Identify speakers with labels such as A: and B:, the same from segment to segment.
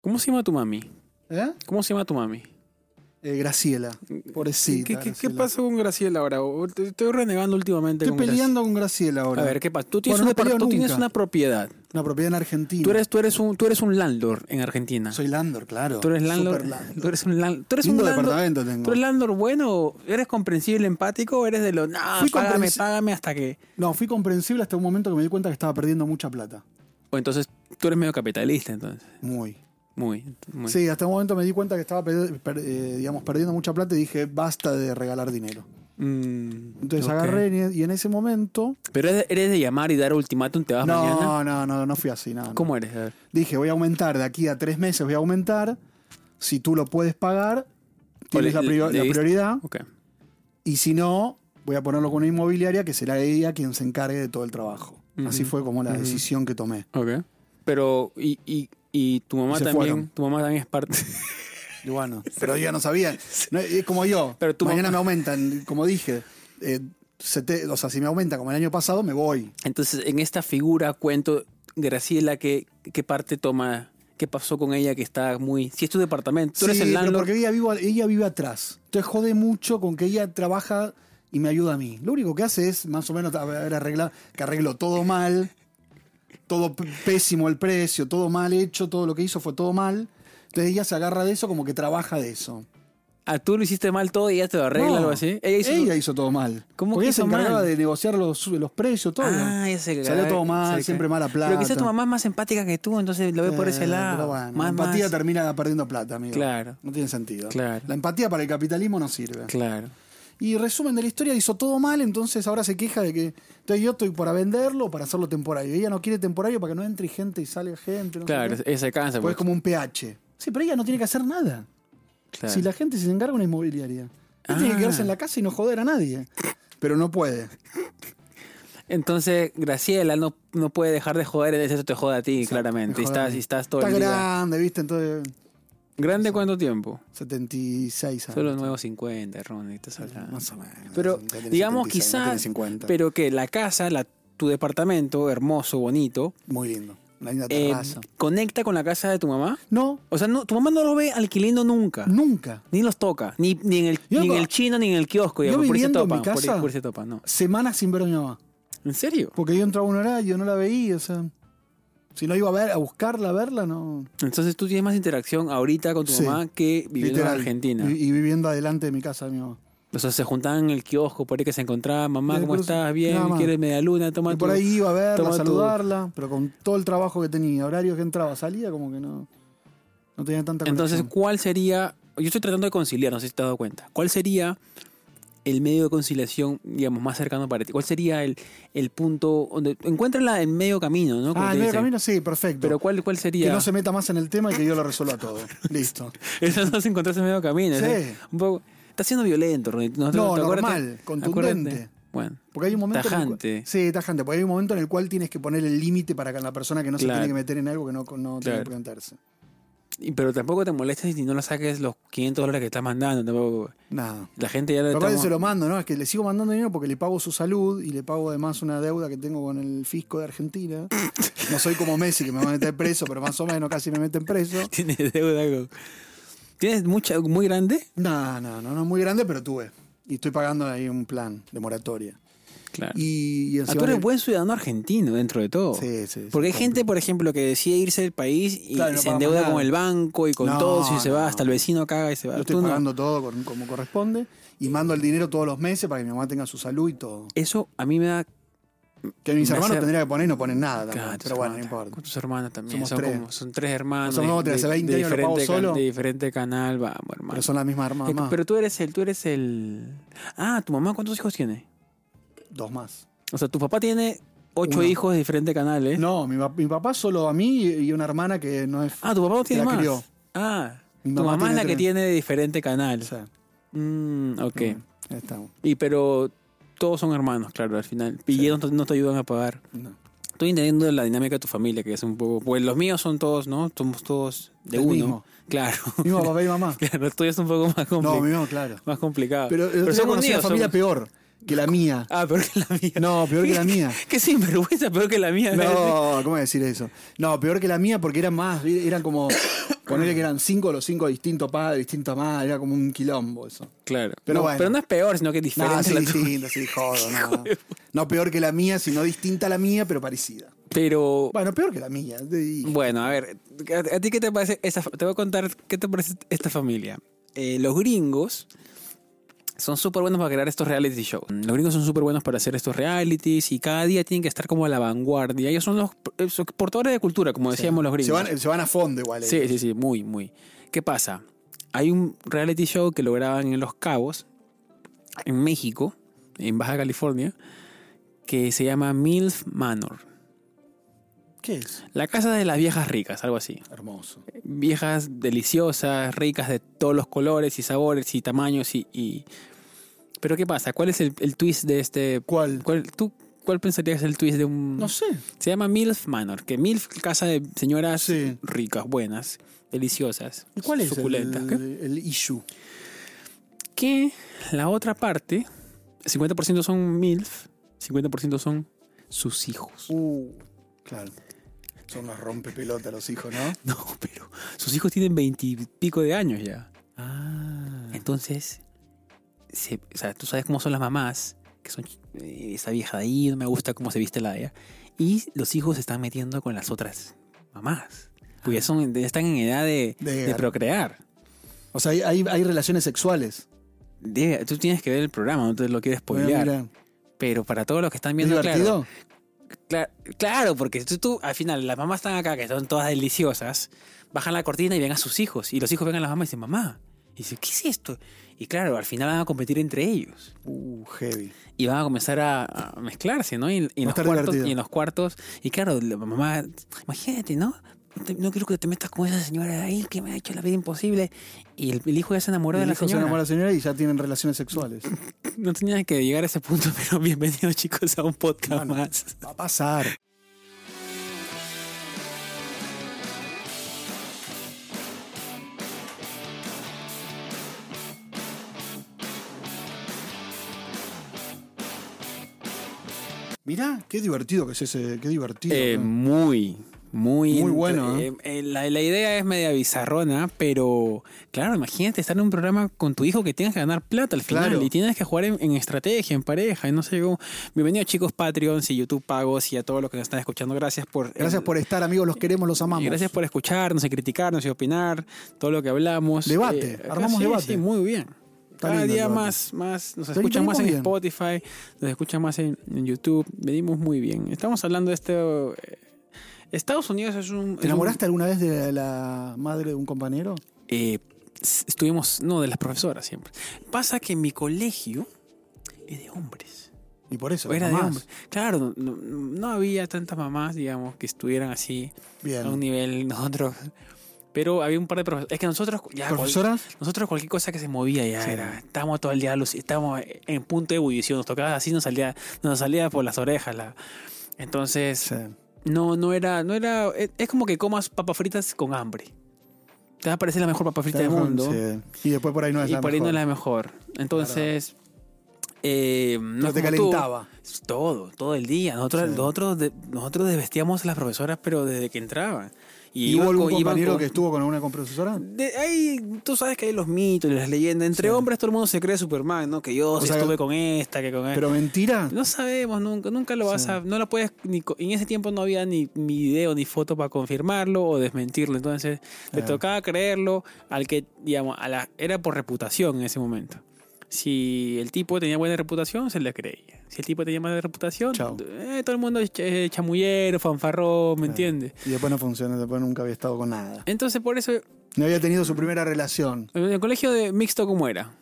A: ¿Cómo se llama tu mami?
B: ¿Eh?
A: ¿Cómo se llama tu mami?
B: Eh, Graciela,
A: ¿Qué,
B: pobrecita.
A: qué- qué
B: Graciela.
A: pasó con Graciela ahora? O- te- Estoy renegando últimamente
B: Estoy
A: con Graciela.
B: peleando con Graciela ahora.
A: A ver, ¿qué pasa? Tú tienes,
B: Bueno, no
A: una,
B: peleo
A: pro- tú tienes
B: nunca.
A: una propiedad.
B: Una propiedad en Argentina.
A: Tú eres, tú eres un, tú eres un landlord en Argentina.
B: Soy Landor, claro.
A: tú eres landlord.
B: Super landlord.
A: Tú eres un landlord. Tú eres
B: Lindo
A: un landlord.
B: departamento tengo.
A: ¿Tú eres landlord bueno? ¿Eres comprensible, empático? ¿O eres de los, no,
B: Fui
A: págame,
B: comprensi-
A: págame hasta que...
B: No, fui comprensible hasta un momento que me di cuenta que estaba perdiendo mucha plata.
A: O entonces, tú eres medio capitalista, entonces.
B: Muy.
A: Muy, muy.
B: Sí, hasta un momento me di cuenta que estaba per- per- eh, digamos, perdiendo mucha plata y dije, basta de regalar dinero.
A: Mm,
B: Entonces
A: ok.
B: agarré y, y en ese momento...
A: Pero eres, eres de llamar y dar ultimátum, te vas mañana.
B: No, no, no, no fui así, nada.
A: ¿Cómo eres? A ver.
B: Dije, voy a aumentar, de aquí a tres meses voy a aumentar. Si tú lo puedes pagar, tienes
A: le-
B: la, prior-
A: le
B: la
A: diste-
B: prioridad.
A: Ok.
B: Y si no, voy a ponerlo con una inmobiliaria que será ella quien se encargue de todo el trabajo. Así fue como la decisión que tomé.
A: Ok. Pero, y, y, y tu mamá
B: Y se
A: también,
B: fueron.
A: tu mamá también es parte.
B: Y bueno, pero ella no sabía. No, es como yo.
A: Pero tu
B: Mañana
A: mamá-
B: me aumentan, como dije. eh, sete- o sea, si me aumenta como el año pasado, me voy.
A: Entonces, en esta figura cuento, Graciela, ¿qué, qué parte toma? ¿Qué pasó con ella que está muy... Si es tu departamento, tú eres
B: Sí,
A: el
B: pero
A: landlord.
B: porque ella, vivo- ella vive atrás. Entonces jode mucho con que ella trabaja y me ayuda a mí. Lo único que hace es más o menos a ver, arreglar, que arreglo todo mal, todo p- pésimo el precio, todo mal hecho, todo lo que hizo fue todo mal. Entonces ella se agarra de eso como que trabaja de eso.
A: Ah, tú lo hiciste mal todo y ella te lo arregla,
B: No,
A: algo así. Ella hizo...
B: todo mal.
A: ¿Cómo
B: Porque
A: que
B: ella se
A: hizo
B: encargaba
A: mal?
B: de negociar los, los precios, todo.
A: Ah, ella se
B: Salió todo mal,
A: se-
B: siempre mala plata.
A: Pero quizás tu mamá es más empática que tú, entonces lo ve por ese
B: Eh,
A: lado.
B: pero bueno,
A: más,
B: la empatía
A: más-
B: termina perdiendo plata, amigo.
A: Claro.
B: No tiene sentido.
A: Claro.
B: La empatía para el capitalismo no sirve.
A: Claro.
B: Y resumen de la historia, hizo todo mal, entonces ahora se queja de que entonces yo estoy para venderlo o para hacerlo temporario. Ella no quiere temporario para que no entre gente y salga gente. No
A: Claro,
B: sé qué.
A: ella se cansa.
B: Pues
A: porque-
B: es como un pH. Sí, pero ella no tiene que hacer nada.
A: claro.
B: Si la gente se encarga una inmobiliaria. Ella tiene que
A: Ah.
B: quedarse en la casa y no joder a nadie. Pero no puede.
A: Entonces, Graciela no, no puede dejar de joder, eso te jode a ti, claramente.
B: Me
A: Y
B: jodan.
A: estás, y estás todo
B: Está
A: el día.
B: grande, ¿viste? Entonces,
A: ¿Grande cuánto tiempo?
B: 76 años. Ah,
A: Solo nuevos 50, Ronnie, estás hablando.
B: Más o menos.
A: Pero,
B: Ya tenés
A: digamos,
B: 76, ya
A: quizás.
B: tenés 50.
A: Pero que la casa, la, tu departamento, hermoso, bonito,
B: Muy lindo. Una linda
A: eh,
B: terraza.
A: conecta con la casa de tu mamá.
B: No,
A: O sea, no, tu mamá no lo ve alquilando nunca.
B: nunca.
A: Ni los toca. Ni, ni en el,
B: Yo
A: ni en
B: co-
A: el chino, ni en el kiosco.
B: Yo
A: ya, por ahí se
B: viviendo en
A: topa.
B: mi
A: por ahí-
B: casa-
A: por ahí se topa, no.
B: Semanas sin ver a mi mamá.
A: ¿En serio?
B: Porque yo entraba a un horario, no la veía, o sea. Si no iba a ver, a buscarla, a verla, no.
A: Entonces tú tienes más interacción ahorita con tu
B: Sí.
A: mamá que viviendo
B: Literal.
A: en Argentina.
B: Y, y viviendo adelante de mi casa, de mi mamá.
A: O sea, se juntaban en el kiosco, por ahí que se encontraban, mamá,
B: Del
A: ¿cómo
B: cruce.
A: estás?
B: pues, Nada
A: Bien,
B: más.
A: ¿quieres media luna? Toma
B: Y
A: tu-
B: por ahí iba a verla,
A: toma tu-
B: a saludarla, pero con todo el trabajo que tenía, horarios que entraba, salía, como que no. No tenía tanta
A: Entonces,
B: conexión.
A: ¿cuál sería? Yo estoy tratando de conciliar, no sé si te has dado cuenta. ¿Cuál sería el medio de conciliación, digamos, más cercano para ti? ¿Cuál sería el, el punto donde encuéntrala en medio camino, ¿no? Como
B: Ah,
A: te
B: en medio
A: dicen.
B: camino sí, perfecto.
A: Pero ¿cuál, cuál
B: que
A: sería?
B: no se meta más en el tema y que yo lo resuelva todo. Listo.
A: Eso no se encontró en medio camino.
B: Sí.
A: ¿eh? Un poco. Está siendo violento, Ronnie.
B: No,
A: ¿te acuerdas?
B: normal,
A: Acuérdate.
B: contundente.
A: Bueno.
B: Porque hay un momento. en el cual-
A: Tajante.
B: sí, tajante. Porque hay un momento en el cual tienes que poner el límite para que la persona que no se
A: Claro.
B: tiene que meter en algo que no, no tiene
A: Claro.
B: que meterse.
A: Y- Pero tampoco te molestes si no la saques los 500 dólares que estás mandando. Tampoco.
B: Nada.
A: La gente ya le
B: Pero aparte
A: estamos-
B: se lo mando, ¿no? Es que le sigo mandando dinero porque le pago su salud y le pago además una deuda que tengo con el fisco de Argentina. No soy como Messi que me va a meter preso, pero más o menos casi me meten preso.
A: Tienes deuda. con- ¿Tienes mucha, muy grande?
B: No, no, no, no es muy grande, pero tuve. Y estoy pagando ahí un plan de moratoria.
A: Claro.
B: Y, y
A: Ah,
B: encima
A: tú eres
B: le-
A: buen ciudadano argentino dentro de todo.
B: Sí, sí, sí,
A: Porque hay gente, por ejemplo, que decide irse del país y
B: Claro, no
A: se
B: paga más
A: endeuda
B: nada.
A: con el banco y con
B: No,
A: todo, si se
B: no,
A: va,
B: no.
A: hasta el vecino caga y se va.
B: Yo
A: Tú
B: estoy
A: no.
B: pagando todo con- como corresponde y mando el dinero todos los meses para que mi mamá tenga su salud y todo.
A: Eso a mí me da...
B: Que mis
A: Me
B: hermanos
A: hace-
B: tendrían que poner y no ponen nada. también,
A: Claro, tus
B: pero bueno, no
A: hermanos,
B: importa.
A: Con tus hermanos también.
B: Somos
A: son,
B: tres.
A: Como, son tres hermanos.
B: Somos dos,
A: de,
B: hace
A: de-
B: 20
A: de
B: años lo pago
A: diferente
B: solo.
A: de diferente canal, vamos, hermano.
B: Pero son las mismas
A: Eh,
B: hermanas.
A: pero tú eres el... Tú eres el... Ah, ¿tu mamá cuántos hijos tiene?
B: Dos más.
A: O sea, tu papá tiene ocho
B: Uno.
A: hijos de ¿eh? diferentes canales.
B: No, mi, pap- mi papá solo a mí y una hermana que no es.
A: Ah, tu papá no tiene
B: la
A: más.
B: crió.
A: Ah,
B: Mi
A: tu
B: mamá
A: mamá es
B: tiene
A: la que
B: tres.
A: tiene de diferente canal.
B: o sea,
A: Mm, ok.
B: mm, ahí estamos.
A: Y pero todos son hermanos, claro, al final. Y ellos no te- no te ayudan a pagar.
B: No.
A: Estoy entendiendo la dinámica de tu familia, que es un poco. Pues los míos son todos, ¿no? Somos todos de
B: Del
A: uno.
B: mismo.
A: Claro.
B: Mismo papá y mamá.
A: claro, tuyo es un poco más, compli-
B: No, mi mamá, claro.
A: más complicado.
B: Pero, yo
A: son
B: tengo una
A: unidos,
B: familia
A: son-
B: peor. que la mía.
A: Ah, peor que la mía.
B: No, peor que la mía.
A: Qué sinvergüenza, peor que la mía.
B: No, ¿cómo decir eso? No, peor que la mía porque eran más, eran como, ponerle que eran cinco los cinco distintos padres, distinta madre, era como un quilombo eso.
A: Claro.
B: Pero
A: no,
B: bueno.
A: pero no es peor, sino que es diferente.
B: No, sí,
A: a la tuya.
B: distinta, sí, jodo, no. No peor que la mía, sino distinta a la mía, pero parecida.
A: Pero
B: Bueno, peor que la mía. te dije.
A: Bueno, a ver, ¿a a ti qué te parece? esa fa- te voy a contar qué te parece esta familia. Eh, los gringos son súper buenos para crear estos reality shows. Los gringos son súper buenos para hacer estos realities y cada día tienen que estar como a la vanguardia. Ellos son los eh, son portadores de cultura, como decíamos los gringos.
B: Se van, se van a fondo igual. eh.
A: Sí, sí, sí, muy, muy. ¿Qué pasa? Hay un reality show que lo graban en Los Cabos, en México, en Baja California, que se llama MILF Manor.
B: ¿Qué es?
A: La casa de las viejas ricas, algo así.
B: Hermoso.
A: viejas deliciosas, ricas de todos los colores y sabores y tamaños y... y- Pero ¿qué pasa? ¿Cuál es el, el twist de este...
B: ¿Cuál?
A: ¿Cuál, ¿Tú cuál pensarías el twist de un...?
B: No sé.
A: Se llama MILF Manor, que MILF, casa de señoras
B: Sí.
A: ricas, buenas, deliciosas,
B: ¿Y ¿Cuál es el,
A: suculentas. ¿Qué?
B: el issue?
A: Que la otra parte, 50% son MILF, 50% son sus hijos.
B: Uh, claro. Son unos rompepelotas los hijos, ¿no?
A: No, pero sus hijos tienen veintipico de años ya.
B: Ah.
A: Entonces, se- o sea, tú sabes cómo son las mamás, que son eh, esa vieja de ahí, no me gusta cómo se viste la de ella. Y los hijos se están metiendo con las otras mamás. Porque ya son, ya están en edad de,
B: De
A: de
B: llegar.
A: procrear.
B: O sea, hay, hay, hay relaciones sexuales. Ah,
A: De- tú tienes que ver el programa, no te lo quieres spoilear.
B: Mira, mira.
A: Pero para todos los que están viendo, claro,
B: ¿Divertido?
A: Cla- Claro, porque tú, tú, al final, las mamás están acá, que son todas deliciosas, bajan la cortina y ven a sus hijos. Y los hijos ven a las mamás y dicen, mamá. Y dicen, ¿qué es esto? Y claro, al final van a competir entre ellos.
B: Uh, heavy.
A: Y van a comenzar a, a mezclarse, ¿no? Y, en- y en
B: Va a
A: los
B: estar
A: cuartos,
B: divertido.
A: y en los cuartos. Y claro, la mamá, imagínate, ¿no? No te- No quiero que te metas con esa señora de ahí que me ha hecho la vida imposible. Y el, el hijo ya se enamoró de
B: El
A: la
B: hijo se
A: señora.
B: enamora de la señora y ya tienen relaciones sexuales.
A: No tenía que llegar a ese punto, pero bienvenidos, chicos, a un podcast
B: No, no.
A: más.
B: Va a pasar. Mirá, qué divertido que es ese, qué divertido.
A: Eh, muy, muy,
B: Muy bueno,
A: eh, eh, la, la idea es media bizarrona, pero claro, imagínate estar en un programa con tu hijo que tienes que ganar plata al final
B: Claro.
A: y tienes que jugar en, en estrategia, en pareja, y no sé cómo. Bienvenidos chicos Patreons y YouTube Pagos y a todos los que nos están escuchando. Gracias por...
B: Gracias por estar, amigos, los queremos, los amamos.
A: y eh, gracias por escucharnos y criticarnos y opinar todo lo que hablamos. Eh,
B: Debate,
A: acá
B: armamos
A: sí,
B: debate.
A: sí, muy bien.
B: Está
A: Cada
B: lindo el
A: día
B: debate.
A: más, más, nos
B: Pero
A: escuchan más en
B: venimos
A: Spotify, nos escuchan más en, en YouTube, venimos muy bien. Estamos hablando de este... eh, Estados Unidos es un... es
B: ¿Te enamoraste alguna vez de la madre de un compañero?
A: un- eh, s- estuvimos, no, de las profesoras siempre. Pasa que mi colegio es de hombres.
B: Y por eso.
A: o Era de
B: mamás.
A: hombres. Claro, no- no- no había tantas mamás, digamos, que estuvieran así
B: Bien.
A: a un nivel nosotros. Pero había un par de profesores. Es que nosotros ya cual-
B: ¿Profesoras?
A: nosotros cualquier cosa que se movía ya
B: Sí.
A: era. Estábamos todo el día aluc- estábamos en punto de ebullición, nos tocaba así, nos salía, nos salía por las orejas la. Entonces,
B: Sí.
A: no, no era, no era. Es es como que comas papas fritas con hambre. Te va a parecer la mejor papa frita del mundo.
B: Sí. Y después por ahí no es
A: y
B: la
A: por ahí no es
B: mejor.
A: la mejor. Entonces, eh, no
B: Pero te
A: como tú.
B: calentaba.
A: Todo, todo el día. Nosotros,
B: Sí.
A: nosotros, de- nosotros desvestíamos a las profesoras, pero desde que entraban.
B: ¿Y
A: iban
B: hubo algún
A: con- iban
B: compañero
A: con- Eh.
B: que estuvo con alguna profesora?
A: de- hay- tú sabes que hay los mitos y las leyendas. Entre hombres todo el mundo se cree Superman, ¿no? Que yo sí
B: sea,
A: estuve con esta, que con esta.
B: ¿Pero mentira?
A: No sabemos nunca, nunca lo vas
B: Sí.
A: a... No lo puedes... Ni, co- en ese tiempo no había ni, ni video ni foto para confirmarlo o desmentirlo. Entonces te
B: Claro.
A: tocaba creerlo al que, digamos, a la, era por reputación en ese momento. Si el tipo tenía buena reputación, se le creía. Si el tipo tenía mala reputación,
B: Chao.
A: eh, todo el mundo es ch- eh, chamullero, fanfarrón, ¿me entiendes?
B: Y después no funcionó, después nunca había estado con nada.
A: Entonces por eso,
B: No había tenido su primera relación.
A: en el colegio de mixto como era,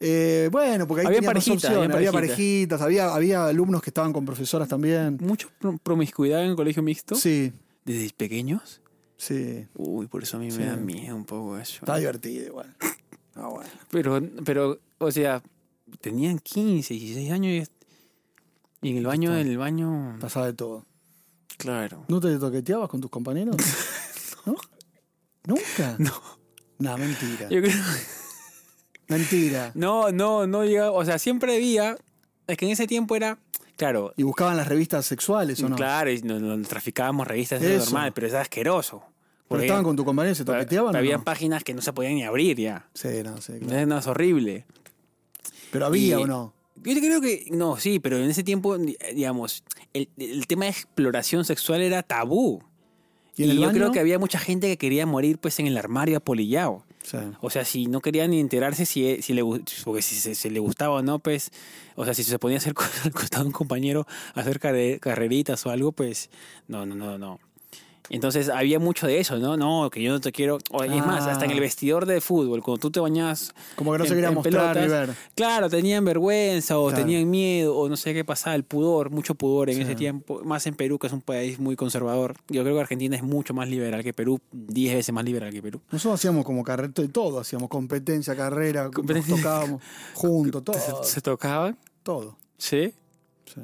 B: Eh, bueno, porque ahí
A: Había
B: tenía más
A: parejitas,
B: opciones.
A: había
B: había
A: parejitas.
B: parejitas, había, había alumnos que estaban con profesoras también.
A: mucho pro- promiscuidad en el colegio mixto.
B: Sí,
A: Desde pequeños.
B: sí.
A: Uy, por eso a mí
B: Sí.
A: me da miedo un poco eso.
B: Estaba divertido igual. Ah, bueno.
A: Pero, pero, o sea, tenían 15, 16 años y es- y, en el baño, en el baño.
B: Pasaba de todo.
A: Claro.
B: ¿No te toqueteabas con tus compañeros? ¿No? ¿Nunca? No. No, mentira.
A: Yo creo-
B: Mentira.
A: no, no, no llegaba. O sea, siempre había. es que en ese tiempo era, claro,
B: Y buscaban las revistas sexuales, ¿o no?
A: claro, y nos, nos traficábamos revistas, eso
B: Eso.
A: es normal, pero es asqueroso.
B: Pero estaban con tu compañero y se toqueteaban. ¿o
A: Había
B: no?
A: páginas que no se podían ni abrir ya.
B: Sí, no, sí, claro.
A: Entonces, no, es horrible.
B: Pero había
A: Y-
B: o no.
A: Yo creo que, no, sí, pero en ese tiempo, di- digamos, el, el tema de exploración sexual era tabú.
B: Y
A: Y,
B: en el
A: yo
B: baño?
A: creo que había mucha gente que quería morir pues en el armario apolillado.
B: Sí.
A: O sea, si no quería ni enterarse si, si, le, gu- porque si, se- si le gustaba o no, pues, o sea, si se ponía a hacer cosas al costado de un compañero, a hacer carre- carreritas o algo, pues, no, no, no, no. Entonces había mucho de eso, ¿no? No, que yo no te quiero. o- Es más,
B: Ah.
A: hasta en el vestidor de fútbol, cuando tú te bañabas.
B: Como que no se
A: en-
B: querían
A: en
B: mostrar ni
A: pelotas,
B: ver.
A: Claro, tenían vergüenza o
B: Claro.
A: tenían miedo o no sé qué pasaba, el pudor, mucho pudor en
B: Sí.
A: ese tiempo, más en Perú que es un país muy conservador. Yo creo que Argentina es mucho más liberal que Perú, 10 veces más liberal que Perú.
B: Nosotros hacíamos como carrera, todo, hacíamos competencia, carrera, nos
A: Competencia.
B: tocábamos juntos, todo.
A: Se, se tocaban,
B: todo.
A: sí,
B: Sí.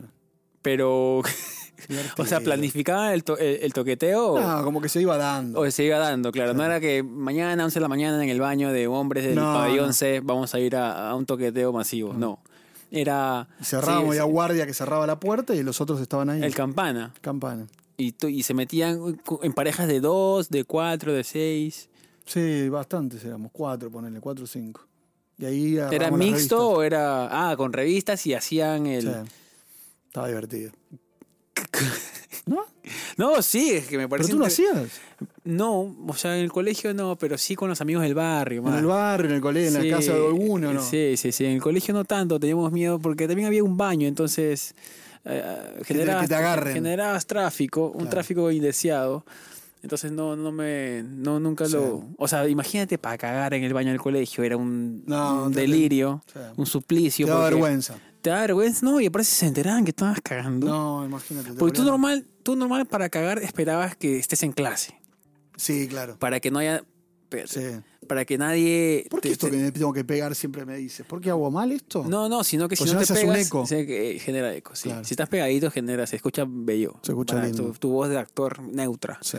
A: pero, o
B: Divertido.
A: sea, planificaban el, to- el- el toqueteo o-
B: No, como que se iba dando.
A: o se iba dando, claro. No era que mañana, 11 de la mañana, en el baño de hombres del
B: No,
A: pabellón
B: no.
A: C, vamos a ir a, a un toqueteo masivo, no. Era.
B: Y cerrábamos
A: sí,
B: ya
A: sí,
B: guardia que cerraba la puerta y los otros estaban ahí.
A: El campana.
B: campana.
A: Y, tú- y se metían cu- en parejas de dos, de cuatro, de seis.
B: Sí, bastantes éramos, cuatro, ponele, cuatro o cinco. Y ahí
A: ¿Era
B: agarramos Ah, las
A: mixto o era.? Ah, con revistas y hacían el.
B: revistas. Sí. Estaba divertido. ¿No?
A: No, sí, es que me
B: Pero
A: parece.
B: tú lo
A: inter-
B: hacías.
A: No, o sea, en el colegio no, pero sí con los amigos del barrio.
B: En
A: más.
B: el barrio, en el colegio, en
A: Sí,
B: la casa de alguno, ¿no?
A: Sí, sí, sí. En el colegio no tanto, teníamos miedo porque también había un baño, entonces. eh,
B: te- que te agarren.
A: generabas tráfico, un tráfico indeseado. Entonces no, no me. No, nunca
B: Sí.
A: lo. O sea, imagínate para cagar en el baño del colegio, era un,
B: No,
A: un
B: te-
A: delirio,
B: Sí.
A: un suplicio.
B: Te da
A: porque-
B: vergüenza.
A: Te da vergüenza, no, y parece que se enteraban que estabas cagando.
B: No, imagínate. te
A: porque tú
B: ponían-
A: normal, tú normal para cagar esperabas que estés en clase,
B: Sí, claro.
A: para que no haya. pe-
B: Sí.
A: Para que nadie.
B: ¿Por qué
A: te-
B: esto
A: te-
B: que me tengo que pegar siempre me dices? ¿Por qué hago mal esto?
A: No, no, sino que si
B: Pues
A: no
B: si no
A: te
B: haces un
A: pegas,
B: eco.
A: se- que eh, genera eco. sí.
B: Claro.
A: Si estás pegadito, genera, se escucha bello.
B: Se escucha
A: Para
B: lindo.
A: Tu, tu voz de actor neutra.
B: Sí.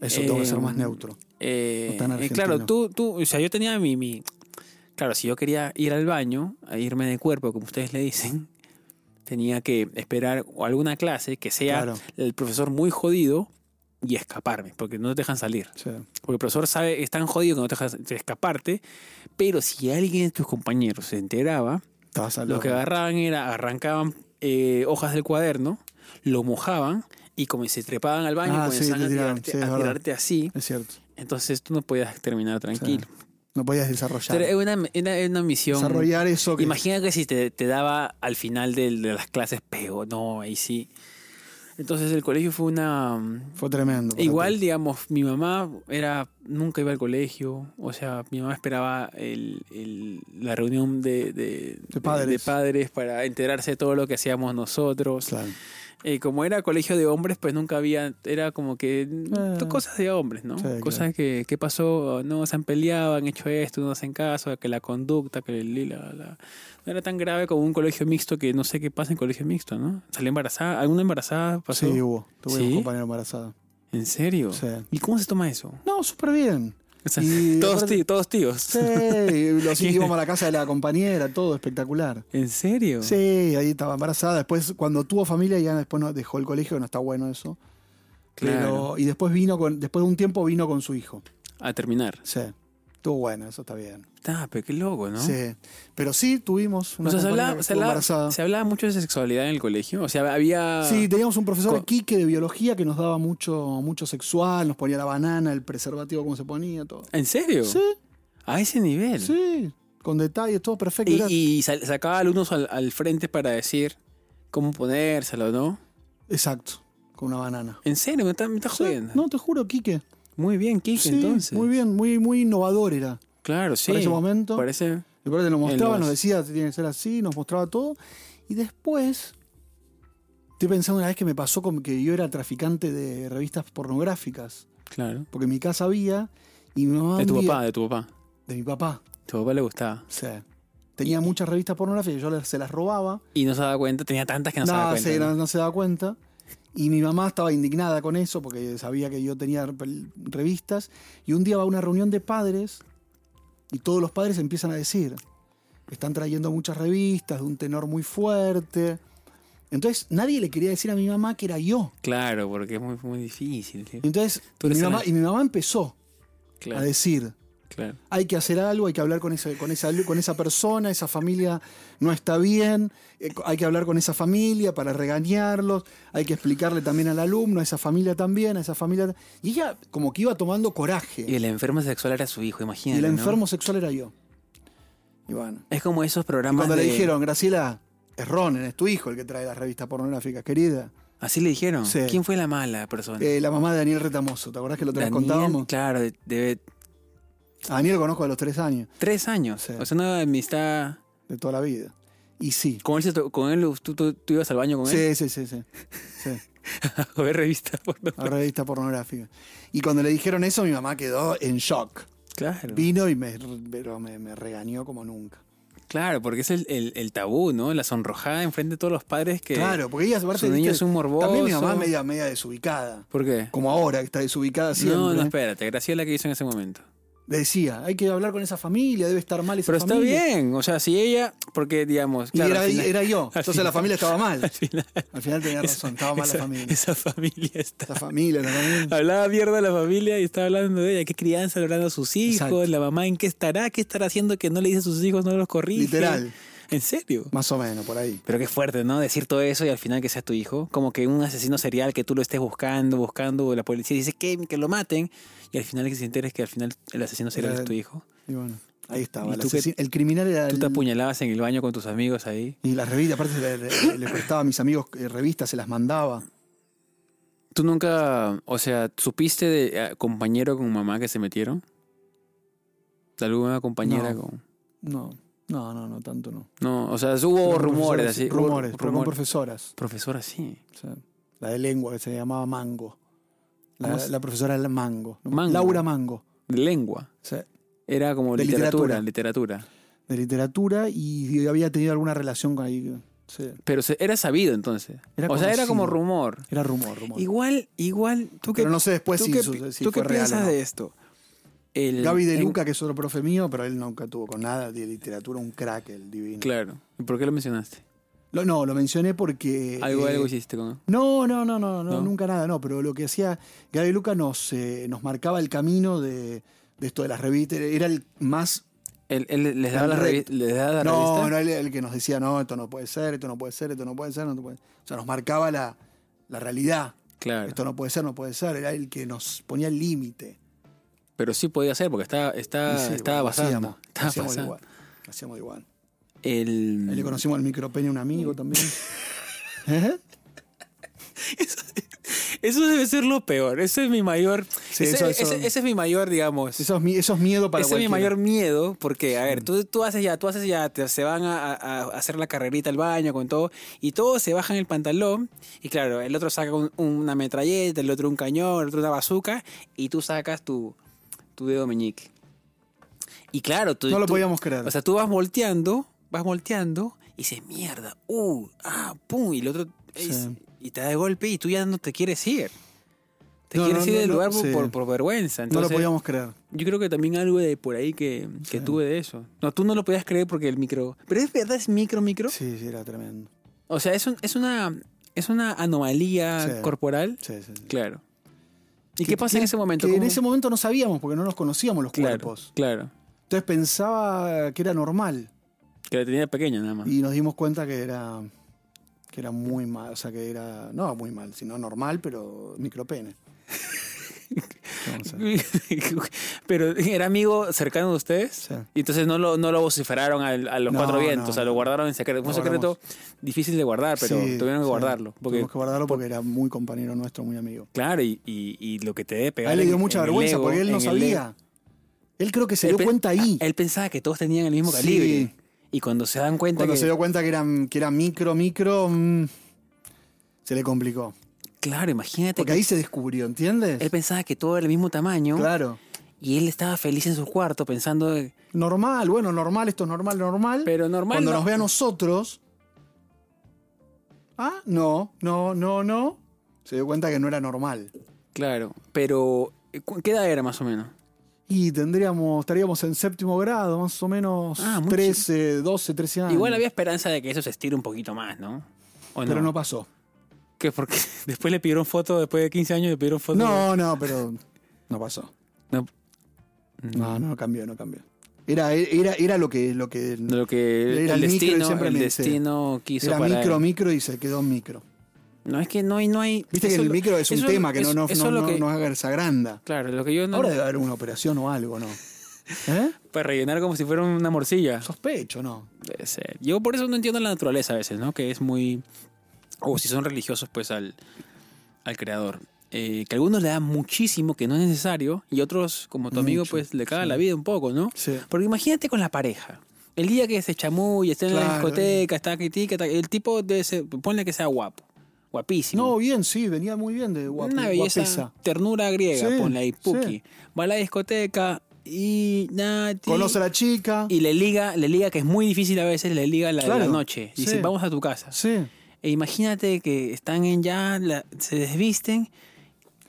B: Eso tengo que ser más
A: Em,
B: neutro.
A: Eh,
B: No tan
A: eh,
B: argentino.
A: claro, tú, tú, o sea, yo tenía mi, mi- Claro, si yo quería ir al baño, a irme de cuerpo, como ustedes le dicen, tenía que esperar o alguna clase que sea
B: Claro.
A: el profesor muy jodido y escaparme, porque no te dejan salir.
B: Sí.
A: Porque el profesor sabe, es tan jodido que no te dejan escaparte, pero si alguien de tus compañeros se enteraba,
B: Estabas al
A: lo que
B: horno.
A: agarraban era, arrancaban eh, hojas del cuaderno, lo mojaban y como se trepaban al baño
B: Ah,
A: y
B: sí,
A: comenzaban
B: te
A: a,
B: tiraban,
A: tirarte,
B: sí, es
A: a
B: verdad.
A: tirarte así.
B: Es cierto.
A: Entonces tú no podías terminar tranquilo.
B: No podías
A: Pero
B: desarrollar.
A: era una, era una misión.
B: Desarrollar eso que.
A: Imagina que si te, te daba al final del- de, las clases pego, no, ahí sí. Entonces el colegio fue una...
B: Fue tremendo. para
A: Igual,
B: ti.
A: digamos, mi mamá era nunca iba al colegio, o sea, mi mamá esperaba el, el- la reunión de, de,
B: De padres.
A: padres para enterarse de todo lo que hacíamos nosotros.
B: Claro.
A: Eh, como era colegio de hombres, pues nunca había, era como que mm,
B: Eh.
A: cosas de hombres, ¿no?
B: Sí, claro.
A: cosas que, ¿qué pasó? No, se han peleado, han hecho esto, no hacen caso, que la conducta, que el- la, la- No era tan grave como un colegio mixto que no sé qué pasa en colegio mixto, ¿no? Salió embarazada, alguna embarazada pasó.
B: Sí, hubo. Tuve
A: ¿Sí?
B: un compañero embarazado.
A: ¿En serio?
B: Sí.
A: ¿Y cómo se toma eso?
B: No, súper bien.
A: O sea,
B: Y
A: todos,
B: aparte-
A: tíos, todos tíos.
B: Sí, y los íbamos a la casa de la compañera, todo espectacular.
A: ¿En serio?
B: Sí, ahí estaba embarazada. Después, cuando tuvo familia, ya después no, dejó el colegio, no está bueno eso.
A: Claro.
B: Pero, y después vino con, después de un tiempo vino con su hijo.
A: A terminar.
B: Sí. Estuvo bueno, eso está bien.
A: Ah, pero qué loco, ¿no?
B: Sí. Pero sí tuvimos una
A: O sea, se
B: compañera
A: hablaba, se,
B: que estuvo
A: hablaba-
B: embarazada.
A: se hablaba mucho de sexualidad en el colegio. O sea, había.
B: Sí, teníamos un profesor
A: Con-
B: aquí que de biología que nos daba mucho, mucho sexual, nos ponía la banana, el preservativo, cómo se ponía, todo.
A: ¿En serio?
B: Sí,
A: A ese nivel.
B: sí, con detalles, todo perfecto.
A: Y,
B: Era-
A: y sal- sacaba alumnos al, al frente para decir cómo ponérselo, ¿no?
B: Exacto, con una banana.
A: En serio, me estás me estás
B: Sí,
A: jodiendo.
B: no, te juro, Quique.
A: Muy bien, Kike,
B: Sí,
A: entonces.
B: muy bien, muy, muy innovador era.
A: Claro, sí.
B: Para ese momento.
A: Parece.
B: Y aparte nos mostraba,
A: los-
B: nos decía, tiene que ser así, nos mostraba todo. Y después, estoy pensando una vez que me pasó con que yo era traficante de revistas pornográficas,
A: Claro.
B: porque en mi casa había, y mi mamá
A: De tu
B: un día-
A: papá, de tu papá.
B: De mi papá,
A: Tu papá le gustaba.
B: o sea, tenía muchas revistas pornográficas, yo las- se las robaba,
A: Y no se daba cuenta, tenía tantas que no, se daba
B: nada,
A: cuenta.
B: se-
A: ¿no?
B: no- no se daba cuenta. Y mi mamá estaba indignada con eso, porque sabía que yo tenía pel- revistas, y un día va a una reunión de padres, y todos los padres empiezan a decir, Están trayendo muchas revistas de un tenor muy fuerte. Entonces nadie le quería decir a mi mamá que era yo.
A: Claro, porque es muy, muy difícil. ¿sí?
B: Entonces
A: Tú
B: mi
A: eres
B: mamá,
A: una-
B: y mi mamá empezó a
A: Claro,
B: decir,
A: claro.
B: hay que hacer algo, hay que hablar con esa, con esa, con esa persona, esa familia no está bien, eh, hay que hablar con esa familia para regañarlos, hay que explicarle también al alumno, a esa familia también, a esa familia. Y ella como que iba tomando coraje.
A: Y el enfermo sexual era su hijo,
B: Y
A: imagínate.
B: el
A: ¿no?
B: enfermo sexual era yo. Y bueno.
A: Es como esos
B: Y
A: programas.
B: cuando le
A: de-
B: dijeron, Graciela, es Ronen, es tu hijo el que trae las revistas pornográficas, querida.
A: Así le dijeron.
B: Sí.
A: ¿Quién fue la mala persona?
B: Eh, la mamá de Daniel Retamoso, ¿te acordás que lo te
A: Daniel,
B: contábamos?
A: Claro, de- debe
B: A Daniel lo conozco de los tres años,
A: tres años.
B: Sí.
A: O sea, una amistad.
B: de toda la vida. Y sí.
A: Con él, se to- con él tú, tú- tú ibas al baño con él
B: Sí, sí, sí, sí. sí.
A: a ver revistas. porno.
B: La revista pornográfica. Y cuando le dijeron eso, mi mamá quedó en shock.
A: Claro.
B: Vino y me, pero me, me regañó como nunca.
A: Claro, porque es el, el- el tabú, ¿no? La sonrojada enfrente de todos los padres que.
B: Claro, porque ella aparte,
A: su niño
B: viste,
A: es un morboso.
B: También mi mamá media, media desubicada.
A: ¿Por qué?
B: Como ahora, que está desubicada siempre.
A: No, no, espérate. Graciela que hizo en ese momento.
B: Le decía, hay que hablar con esa familia, debe estar mal esa
A: Pero está
B: familia.
A: bien. O sea, si ella. Porque, digamos.
B: Y
A: Claro,
B: era,
A: al final-
B: era yo. Entonces
A: final-
B: la familia estaba mal.
A: al final-
B: Al final tenía
A: esa-
B: razón, estaba mal
A: esa-
B: la familia.
A: Esa familia está.
B: La familia, la familia.
A: Hablaba mierda de la familia y estaba hablando de ella. ¿Qué crianza? Hablando a sus hijos.
B: Exacto.
A: La mamá, ¿en qué estará? ¿Qué estará haciendo que no le dice a sus hijos, no los corrige?
B: Literal.
A: ¿En serio?
B: Más o menos, por ahí.
A: Pero qué fuerte, ¿no? Decir todo eso y al final que seas tu hijo. Como que un asesino serial que tú lo estés buscando, buscando, o la policía dice que, que lo maten. Y al final que se enteres que al final el asesino serial
B: Era
A: es tu hijo.
B: Y bueno, ahí estaba.
A: ¿Y
B: El,
A: tú qué-
B: asesin- el criminal era
A: Tú te
B: el-
A: apuñalabas en el baño con tus amigos ahí.
B: Y las revistas, aparte le, le- le prestaba a mis amigos eh, revistas, se las mandaba.
A: ¿Tú nunca, o sea, supiste de eh, compañero con mamá que se metieron? ¿De alguna compañera
B: No.
A: con...?
B: No, no, no, no, tanto no.
A: No, o sea, hubo
B: Pero con
A: rumores
B: profesoras,
A: así. hubo
B: Rumores, pero con
A: rumor-
B: profesoras.
A: Profesora, sí.
B: O sea, la de lengua que se llamaba Mango. La,
A: ¿Cómo se-
B: la profesora era Mango.
A: Mango.
B: Laura Mango.
A: De lengua.
B: O sea,
A: Era como
B: De
A: literatura, literatura,
B: de literatura y había tenido alguna relación con ahí. o sea,
A: Pero se- era sabido entonces.
B: Era
A: o sea, era como
B: conocido.
A: rumor.
B: era rumor, rumor.
A: Igual, igual, tú que...
B: pero no sé después
A: ¿Tú
B: si,
A: qué,
B: su-
A: pi-
B: si
A: tú
B: fue
A: qué
B: real o
A: piensas
B: no.
A: de esto? El-
B: Gaby de
A: en-
B: Luca, que es otro profe mío, pero él nunca tuvo con nada de literatura, un crack el divino.
A: Claro. ¿Y por qué lo mencionaste?
B: Lo- no, lo mencioné porque...
A: Algo,
B: eh,
A: algo hiciste con...
B: No, no, no, no, no,
A: ¿No?
B: nunca nada, no, pero lo que hacía Gaby Luca nos, eh, nos marcaba el camino de, de esto de las revistas, era el más...
A: Él, él les daba
B: Era
A: la,
B: un
A: revi-
B: reto.
A: les daba la
B: no,
A: revista.
B: no, era el que nos decía, no, esto no puede ser, esto no puede ser, esto no puede ser, no te puede O sea, nos marcaba la, la realidad,
A: Claro.
B: esto no puede ser, no puede ser, era el que nos ponía el límite.
A: Pero sí podía ser porque estaba, estaba,
B: Y sí,
A: Ah, estaba
B: bueno,
A: pasando.
B: hacíamos,
A: estaba
B: hacíamos
A: pasando.
B: igual, hacíamos igual.
A: El...
B: Ahí le conocimos al micropene a un amigo también. ¿Eh?
A: Eso debe ser lo peor. Ese es mi mayor.
B: Sí,
A: ese,
B: eso- eso-
A: ese- ese es mi mayor, digamos.
B: Eso es, mi- eso es miedo para
A: ese es mi
B: cualquiera. Mm.
A: mayor miedo, porque, a ver, tú, tú haces ya, tú haces ya, te- se van a, a- a hacer la carrerita al baño con todo, y todos se bajan el pantalón, y claro, el otro saca un- una metralleta, el otro un cañón, el otro una bazuca, y tú sacas tu, tu dedo meñique. Y claro, tú,
B: No lo
A: tú-
B: podíamos creer.
A: O sea, tú vas volteando, vas volteando, y dices, mierda, uh, ah, pum, y el otro,
B: Sí.
A: es- y te da de golpe, y tú ya no te quieres ir. Te
B: No,
A: quieres
B: no,
A: ir
B: no,
A: del
B: no,
A: lugar por-
B: sí.
A: por, por vergüenza.
B: no lo
A: Entonces,
B: podíamos creer.
A: yo creo que también algo de por ahí que, que
B: Sí.
A: tuve de eso. No, tú no lo podías creer porque el micro. Pero es verdad, es micro, micro.
B: Sí, sí, era tremendo.
A: O sea, es, un- es una es una anomalía
B: Sí.
A: corporal.
B: Sí, sí, sí.
A: Claro. ¿Y qué pasa en ese momento?
B: Que en
A: ¿Cómo?
B: ese momento no sabíamos porque no nos conocíamos los
A: claro,
B: cuerpos.
A: Claro.
B: Entonces pensaba que era normal
A: Que la tenía pequeña nada más.
B: y nos dimos cuenta que era que era muy mal, o sea que era no muy mal, sino normal, pero micropene. Vamos a ver.
A: Pero era amigo cercano de ustedes.
B: Sí.
A: Y entonces no lo, no lo vociferaron al- a, los
B: No,
A: cuatro vientos.
B: no,
A: o sea, lo
B: no.
A: guardaron en secreto. Fue un
B: Lo guardamos.
A: secreto difícil de guardar, pero
B: Sí,
A: tuvieron que
B: sí.
A: guardarlo. Porque,
B: Tuvimos que guardarlo porque era muy compañero nuestro, muy amigo.
A: claro, y, y- y lo que te debe pegar.
B: A él le dio
A: en-
B: mucha
A: en el
B: vergüenza
A: ego,
B: porque él no
A: en el ego.
B: sabía. Él creo que se
A: Él
B: dio
A: pe- ah,
B: cuenta ahí.
A: Él pensaba que todos tenían el mismo
B: Sí.
A: calibre. Y cuando se dan cuenta
B: Cuando
A: que.
B: se dio cuenta que era, que era micro, micro, mm, se le complicó.
A: Claro, imagínate
B: Porque
A: que
B: ahí se descubrió, ¿entiendes?
A: él pensaba que todo era el mismo tamaño.
B: Claro.
A: Y él estaba feliz en su cuarto pensando. de-
B: Normal, bueno, normal, esto es normal, normal.
A: Pero normal.
B: Cuando
A: no-
B: nos ve a nosotros. Ah, no, no, no, no. Se dio cuenta que no era normal.
A: Claro, pero. eh, cu- ¿Qué edad era más o menos?
B: Y tendríamos, estaríamos en séptimo grado, más o menos
A: Ah, mucho.
B: 13, 12, 13 años.
A: Igual había esperanza de que eso se estire un poquito más, ¿no? ¿O
B: Pero no pasó.
A: ¿Qué? Porque después le pidieron foto, después de 15 años le pidieron foto.
B: No, no, pero no pasó.
A: No.
B: No, no cambió, no cambió. Era, era, era lo que, lo que
A: De Lo que
B: Era
A: el
B: el micro y
A: destino,
B: siempre
A: el
B: le dice,
A: destino quiso
B: era
A: para
B: micro,
A: él.
B: micro y se quedó en micro.
A: No, es que no hay... No hay
B: Viste
A: eso
B: que el
A: lo-
B: micro es un
A: eso-
B: tema que
A: eso-
B: no, no,
A: eso
B: no,
A: es lo
B: no-
A: que-
B: no haga- se agranda.
A: Claro, lo que yo no...
B: Ahora debe haber una operación o algo, ¿no? ¿Eh?
A: Para rellenar como si fuera una morcilla.
B: Sospecho, ¿no?
A: Debe ser. Yo por eso no entiendo la naturaleza a veces, ¿no? Que es muy... O si son religiosos, pues al, al creador. Eh, que a algunos le da muchísimo que no es necesario y otros, como tu amigo,
B: Mucho,
A: pues le caga
B: sí.
A: la vida un poco, ¿no?
B: Sí.
A: Porque imagínate con la pareja. El día que se chamulla, está en la
B: Claro.
A: discoteca, está critica, está- el tipo de ese, ponle que sea guapo,
B: No,
A: guapísimo.
B: bien, sí, venía muy bien de guap
A: una belleza,
B: guapesa.
A: ternura griega,
B: Sí,
A: ponle ahí, puki.
B: sí.
A: Va a la discoteca y nati,
B: Conoce a la chica.
A: y le liga, le liga que es muy difícil a veces, le liga la de
B: Claro,
A: la noche. Y
B: sí.
A: Dice, vamos a tu casa.
B: Sí.
A: E imagínate que están en ya, la- se desvisten.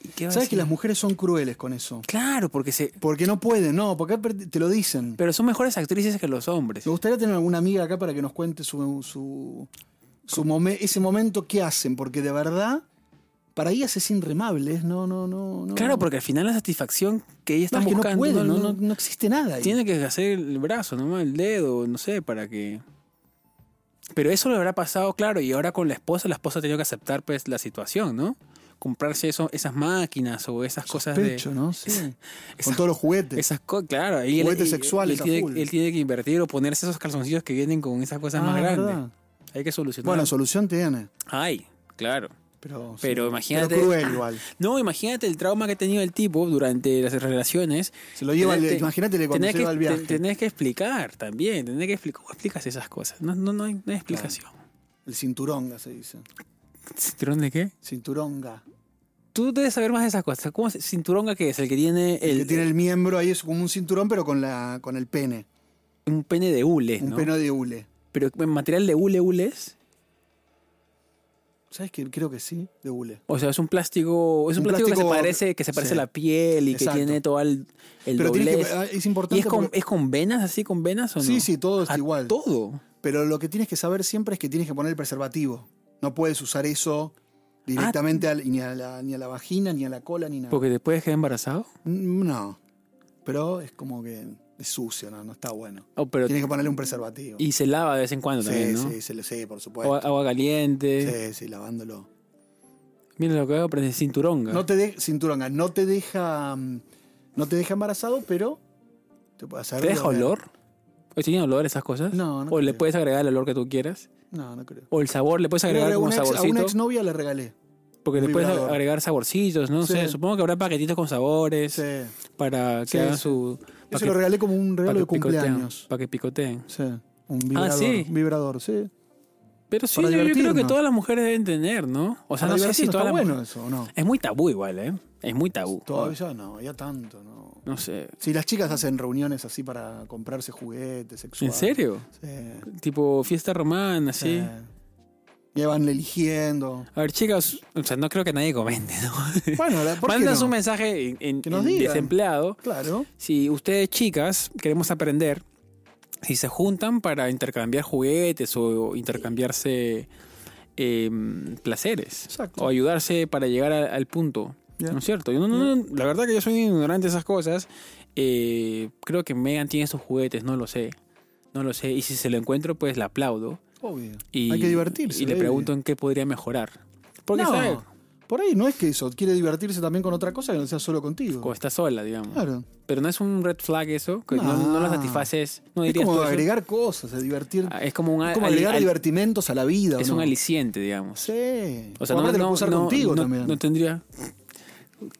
A: ¿y qué va a
B: ¿Sabes que
A: decir?
B: las mujeres son crueles con eso?
A: Claro, porque se,
B: Porque no pueden, no, porque per- te lo dicen.
A: pero son mejores actrices que los hombres.
B: Me gustaría tener alguna amiga acá para que nos cuente su, su, su momen- ese momento que hacen, porque de verdad, para ellas es inremable, es no, no, no, no.
A: Claro, porque al final la satisfacción que ella está
B: No, es que no
A: buscando
B: pueden,
A: no-
B: no,
A: no-
B: no- no existe nada. ahí.
A: tiene que hacer el brazo, nomás el dedo, no sé, para que. Pero eso le habrá pasado, claro, y ahora con la esposa, la esposa ha tenido que aceptar pues la situación, ¿no? Comprarse eso, esas máquinas o esas cosas de.
B: Pecho, ¿no? Sí.
A: esas
B: Con todos los juguetes.
A: Esas cosas, claro. Y él-
B: Juguetes
A: y-
B: sexuales
A: él
B: a full.
A: tiene, él tiene que invertir o ponerse esos calzoncillos que vienen con esas cosas
B: Ah,
A: más grandes.
B: ¿verdad?
A: Hay que solucionar.
B: Bueno, solución tiene.
A: Ay, claro.
B: Pero, sí.
A: Pero imagínate.
B: Pero cruel igual.
A: No, imagínate el trauma que ha tenido el tipo durante las relaciones.
B: Se lo lleva, al-
A: Te-
B: imagínate cuando
A: tenés
B: se
A: que,
B: lleva al viaje.
A: te- tenés que explicar también. Tenés que explicar. ¿Cómo explicas esas cosas? No, no, no, hay, no hay explicación.
B: El cinturonga se dice.
A: ¿Cinturón de qué?
B: Cinturonga.
A: Tú debes saber más de esas cosas. ¿Cómo se- cinturonga que es? El que tiene, el,
B: El, que tiene el miembro ahí es como un cinturón, pero con, la, con el pene.
A: un pene de hule,
B: Un
A: Eh, ¿no?
B: pene de hule.
A: Pero en material de hule, hules.
B: ¿Sabes qué? Creo que sí, de hule.
A: O sea, es un plástico, es un,
B: Un
A: plástico, que
B: plástico-
A: se parece, que se parece
B: sí.
A: a la piel y
B: Exacto.
A: que tiene todo el, el
B: Pero tiene que,
A: doblez.
B: ah, es
A: ¿Y
B: importante.
A: es con,
B: porque-
A: es con venas así, con venas o no?
B: Sí, sí, todo es
A: Ah,
B: igual.
A: Todo.
B: Pero lo que tienes que saber siempre es que tienes que poner el preservativo. No puedes usar eso directamente al- ni, a la, ni a la vagina, ni a la cola, ni nada.
A: Ah. Porque después de quedar embarazado.
B: Mm, No. Pero es como que es sucio, no, no está bueno.
A: Oh, pero,
B: Tienes que ponerle un preservativo.
A: y se lava de vez en cuando
B: sí,
A: también, ¿no?
B: sí, se le- sí, por supuesto.
A: O- eh, agua caliente.
B: Sí, sí, lavándolo.
A: Mira lo que hago, pero es cinturonga.
B: No te de, cinturón, no te deja mm, no te deja embarazado, pero te puede hacer
A: ¿Te deja
B: doler.
A: olor? ¿O ¿Tiene olor esas cosas?
B: No, no
A: ¿O le
B: creo.
A: puedes agregar el olor que tú quieras?
B: No, no creo.
A: ¿O el sabor? ¿Le puedes agregar
B: Una-
A: como
B: una ex- a una
A: saborcito?
B: exnovia le regalé.
A: Porque le
B: un
A: puedes
B: vibrador.
A: agregar saborcitos, no
B: Sí.
A: sé. Supongo que habrá paquetitos con sabores
B: Sí. Yo
A: para que
B: Sí,
A: hagan
B: sí.
A: su...
B: se
A: paquete-
B: lo regalé como un regalo de cumpleaños.
A: Para que picoteen.
B: Sí. Un vibrador.
A: sí.
B: Un vibrador, sí.
A: Pero sí,
B: Para
A: yo, yo creo que
B: divertirnos.
A: todas las mujeres deben tener, ¿no? O sea, no
B: Para
A: sé si
B: divertirnos,
A: todas
B: está
A: las
B: bueno
A: mujeres-
B: eso, ¿o no?
A: Es muy tabú igual, ¿eh? Es muy tabú.
B: Todavía no, ya tanto, no.
A: No sé.
B: Si las chicas hacen reuniones así para comprarse juguetes
A: ¿En
B: sexuales.
A: serio?
B: Sí.
A: Tipo fiesta romana, sí.
B: Y ahí Eh, van eligiendo.
A: A ver, chicas, o sea, no creo que nadie comente, ¿no?
B: Bueno, la- ¿por qué
A: Mandas
B: no?
A: un mensaje en, en-
B: Que nos
A: en
B: digan.
A: desempleado.
B: Claro.
A: Si ustedes, chicas, queremos aprender, si se juntan para intercambiar juguetes o intercambiarse em, placeres.
B: Exacto.
A: O ayudarse para llegar a- al punto.
B: Ya.
A: ¿No es cierto? Yo no- no- no, la verdad que yo soy ignorante de esas cosas. Eh, creo que Megan tiene sus juguetes, no lo sé. No lo sé. Y si se lo encuentro, pues la aplaudo.
B: Obvio.
A: Y,
B: Hay que divertirse. ¿eh?
A: Y le
B: baby.
A: pregunto en qué podría mejorar. Porque
B: No,
A: ¿sabes?
B: Por ahí no es que eso. Quiere divertirse también con otra cosa que no sea solo contigo.
A: Como está sola, digamos.
B: Claro.
A: Pero no es un red flag eso, que no,
B: No.
A: no lo satisfaces. No
B: Ah. Es
A: dirías
B: como
A: tú eso.
B: agregar cosas, es divertir.
A: Ah, Es como un
B: es como
A: ali-
B: agregar
A: ali-
B: divertimentos a la vida. ¿o
A: Es
B: no?
A: un aliciente, digamos.
B: Sí.
A: O sea,
B: Aparte
A: no,
B: lo
A: no,
B: puedes usar
A: no-
B: contigo
A: no-
B: también.
A: no tendría.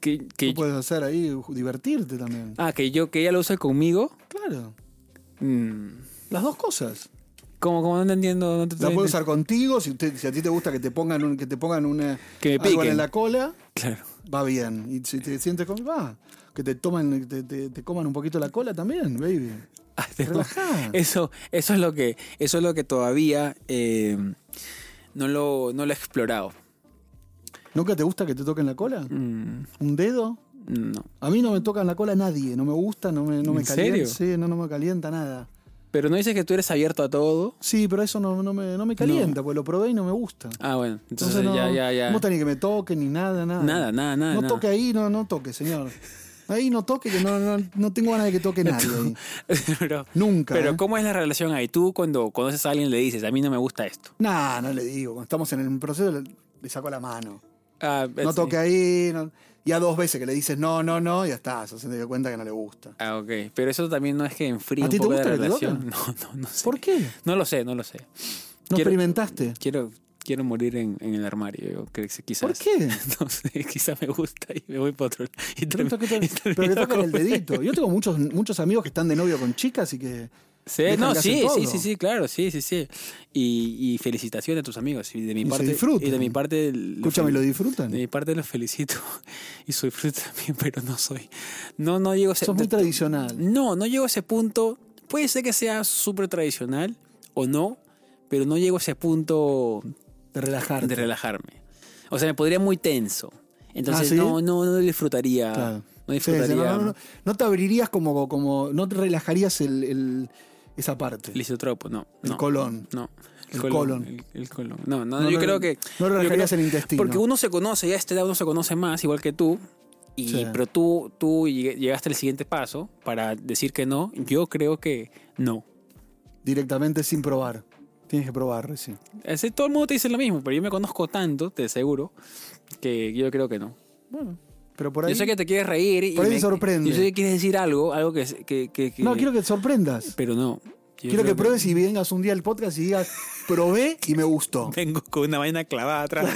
A: Que, que-
B: Tú puedes hacer ahí, ju- divertirte también.
A: ah, que yo que ella lo usa conmigo.
B: Claro.
A: Mm.
B: Las dos cosas.
A: Como, como no te entiendo, no te
B: La
A: estoy
B: puedes usar contigo, si, te- si a ti te gusta que te pongan un- que te pongan una
A: Que me
B: algo
A: piquen.
B: en la cola,
A: Claro.
B: va bien. Y si te sientes con va. Que te toman, te, te- te coman un poquito la cola también, baby.
A: Ah, te-
B: Relajá.
A: Eso, eso es lo que, eso es lo que todavía eh, no, lo, no lo he explorado.
B: ¿Nunca te gusta que te toquen la cola?
A: Mm.
B: ¿Un dedo?
A: No.
B: A mí no me tocan la cola nadie, no me gusta, no me, no me
A: ¿En
B: calienta.
A: serio?
B: Sí, no, no me calienta nada.
A: Pero no dices que tú eres abierto a todo.
B: Sí, pero eso no, no me, no me calienta, porque lo probé y no me gusta.
A: Ah, bueno. Entonces,
B: no,
A: ya, ya, ya.
B: No me gusta ni que me toquen, ni nada, nada.
A: Nada, nada, nada,
B: No
A: nada.
B: toque ahí, no, no toque, señor. Ahí no toque, que no, no, no tengo ganas de que toque nadie. ahí.
A: pero,
B: Nunca.
A: pero
B: ¿eh?
A: ¿cómo es la relación ahí? Tú cuando conoces a alguien le dices, a mí no me gusta esto.
B: Nah, no le digo. Cuando estamos en el proceso le, le saco la mano.
A: Ah,
B: No
A: es-
B: toque ahí. no- Ya dos veces que le dices no, no, no, ya está. Se dio cuenta que no le gusta.
A: Ah, ok. Pero eso también no es que enfríe
B: ¿A
A: un
B: ti te
A: poco la
B: gusta que te
A: relación. No, no, no sé.
B: ¿Por qué?
A: No lo sé, no lo sé.
B: ¿No
A: Quiero-
B: experimentaste?
A: Quiero, quiero morir en, en el armario, yo creo que quizás.
B: ¿Por qué?
A: No sé, quizás me gusta y me voy para otro lado. Y
B: Pero,
A: termi-
B: que
A: y
B: toquen- pero que
A: termino
B: toquen el
A: con-
B: dedito. Yo tengo muchos, muchos amigos que están de novio con chicas y que.
A: Sí,
B: Dejan
A: no,
B: que
A: sí,
B: hacen
A: sí,
B: todo.
A: sí, sí, claro, sí, sí, sí. Y, y felicitaciones a tus amigos. Y de mi
B: Y se
A: parte,
B: disfrutan.
A: y de mi parte, los
B: Escúchame, lo
A: fel-
B: disfrutan.
A: De mi parte los felicito y soy fruto también, pero no soy. No, no llego a ese
B: Sos muy tradicional.
A: No, no llego a ese punto. Puede ser que sea súper tradicional o no, pero no llego a ese punto
B: De relajarte.
A: de relajarme. O sea, me podría muy tenso. Entonces,
B: ¿Ah, ¿sí?
A: no, no, no disfrutaría.
B: Claro.
A: No
B: Sí, sí,
A: disfrutaría.
B: no, no, no. No te abrirías como. como no te relajarías el, el- esa parte.
A: Lisotropo, no.
B: El
A: no.
B: colon.
A: No.
B: El colon.
A: El, el colon. No, no,
B: No
A: yo
B: lo-
A: creo que.
B: no lo
A: yo
B: relajarías
A: creo-
B: el intestino.
A: Porque uno se conoce, ya a esta edad uno se conoce más, igual que tú. Y,
B: Sí.
A: Pero tú, tú llegue- llegaste al siguiente paso para decir que no. Yo creo que no.
B: Directamente sin probar. Tienes que probar recién.
A: Así todo el mundo te dice lo mismo, pero yo me conozco tanto, te aseguro, que yo creo que no.
B: Bueno, pero por ahí.
A: yo sé que te quieres reír. y
B: por ahí
A: me-
B: te sorprende.
A: Yo sé que quieres decir algo, algo que. que, que- que-
B: No, quiero que te sorprendas.
A: Pero no. Yo
B: quiero
A: creo
B: que pruebes y vengas un día al podcast y digas, probé y me gustó.
A: Vengo con una vaina clavada atrás.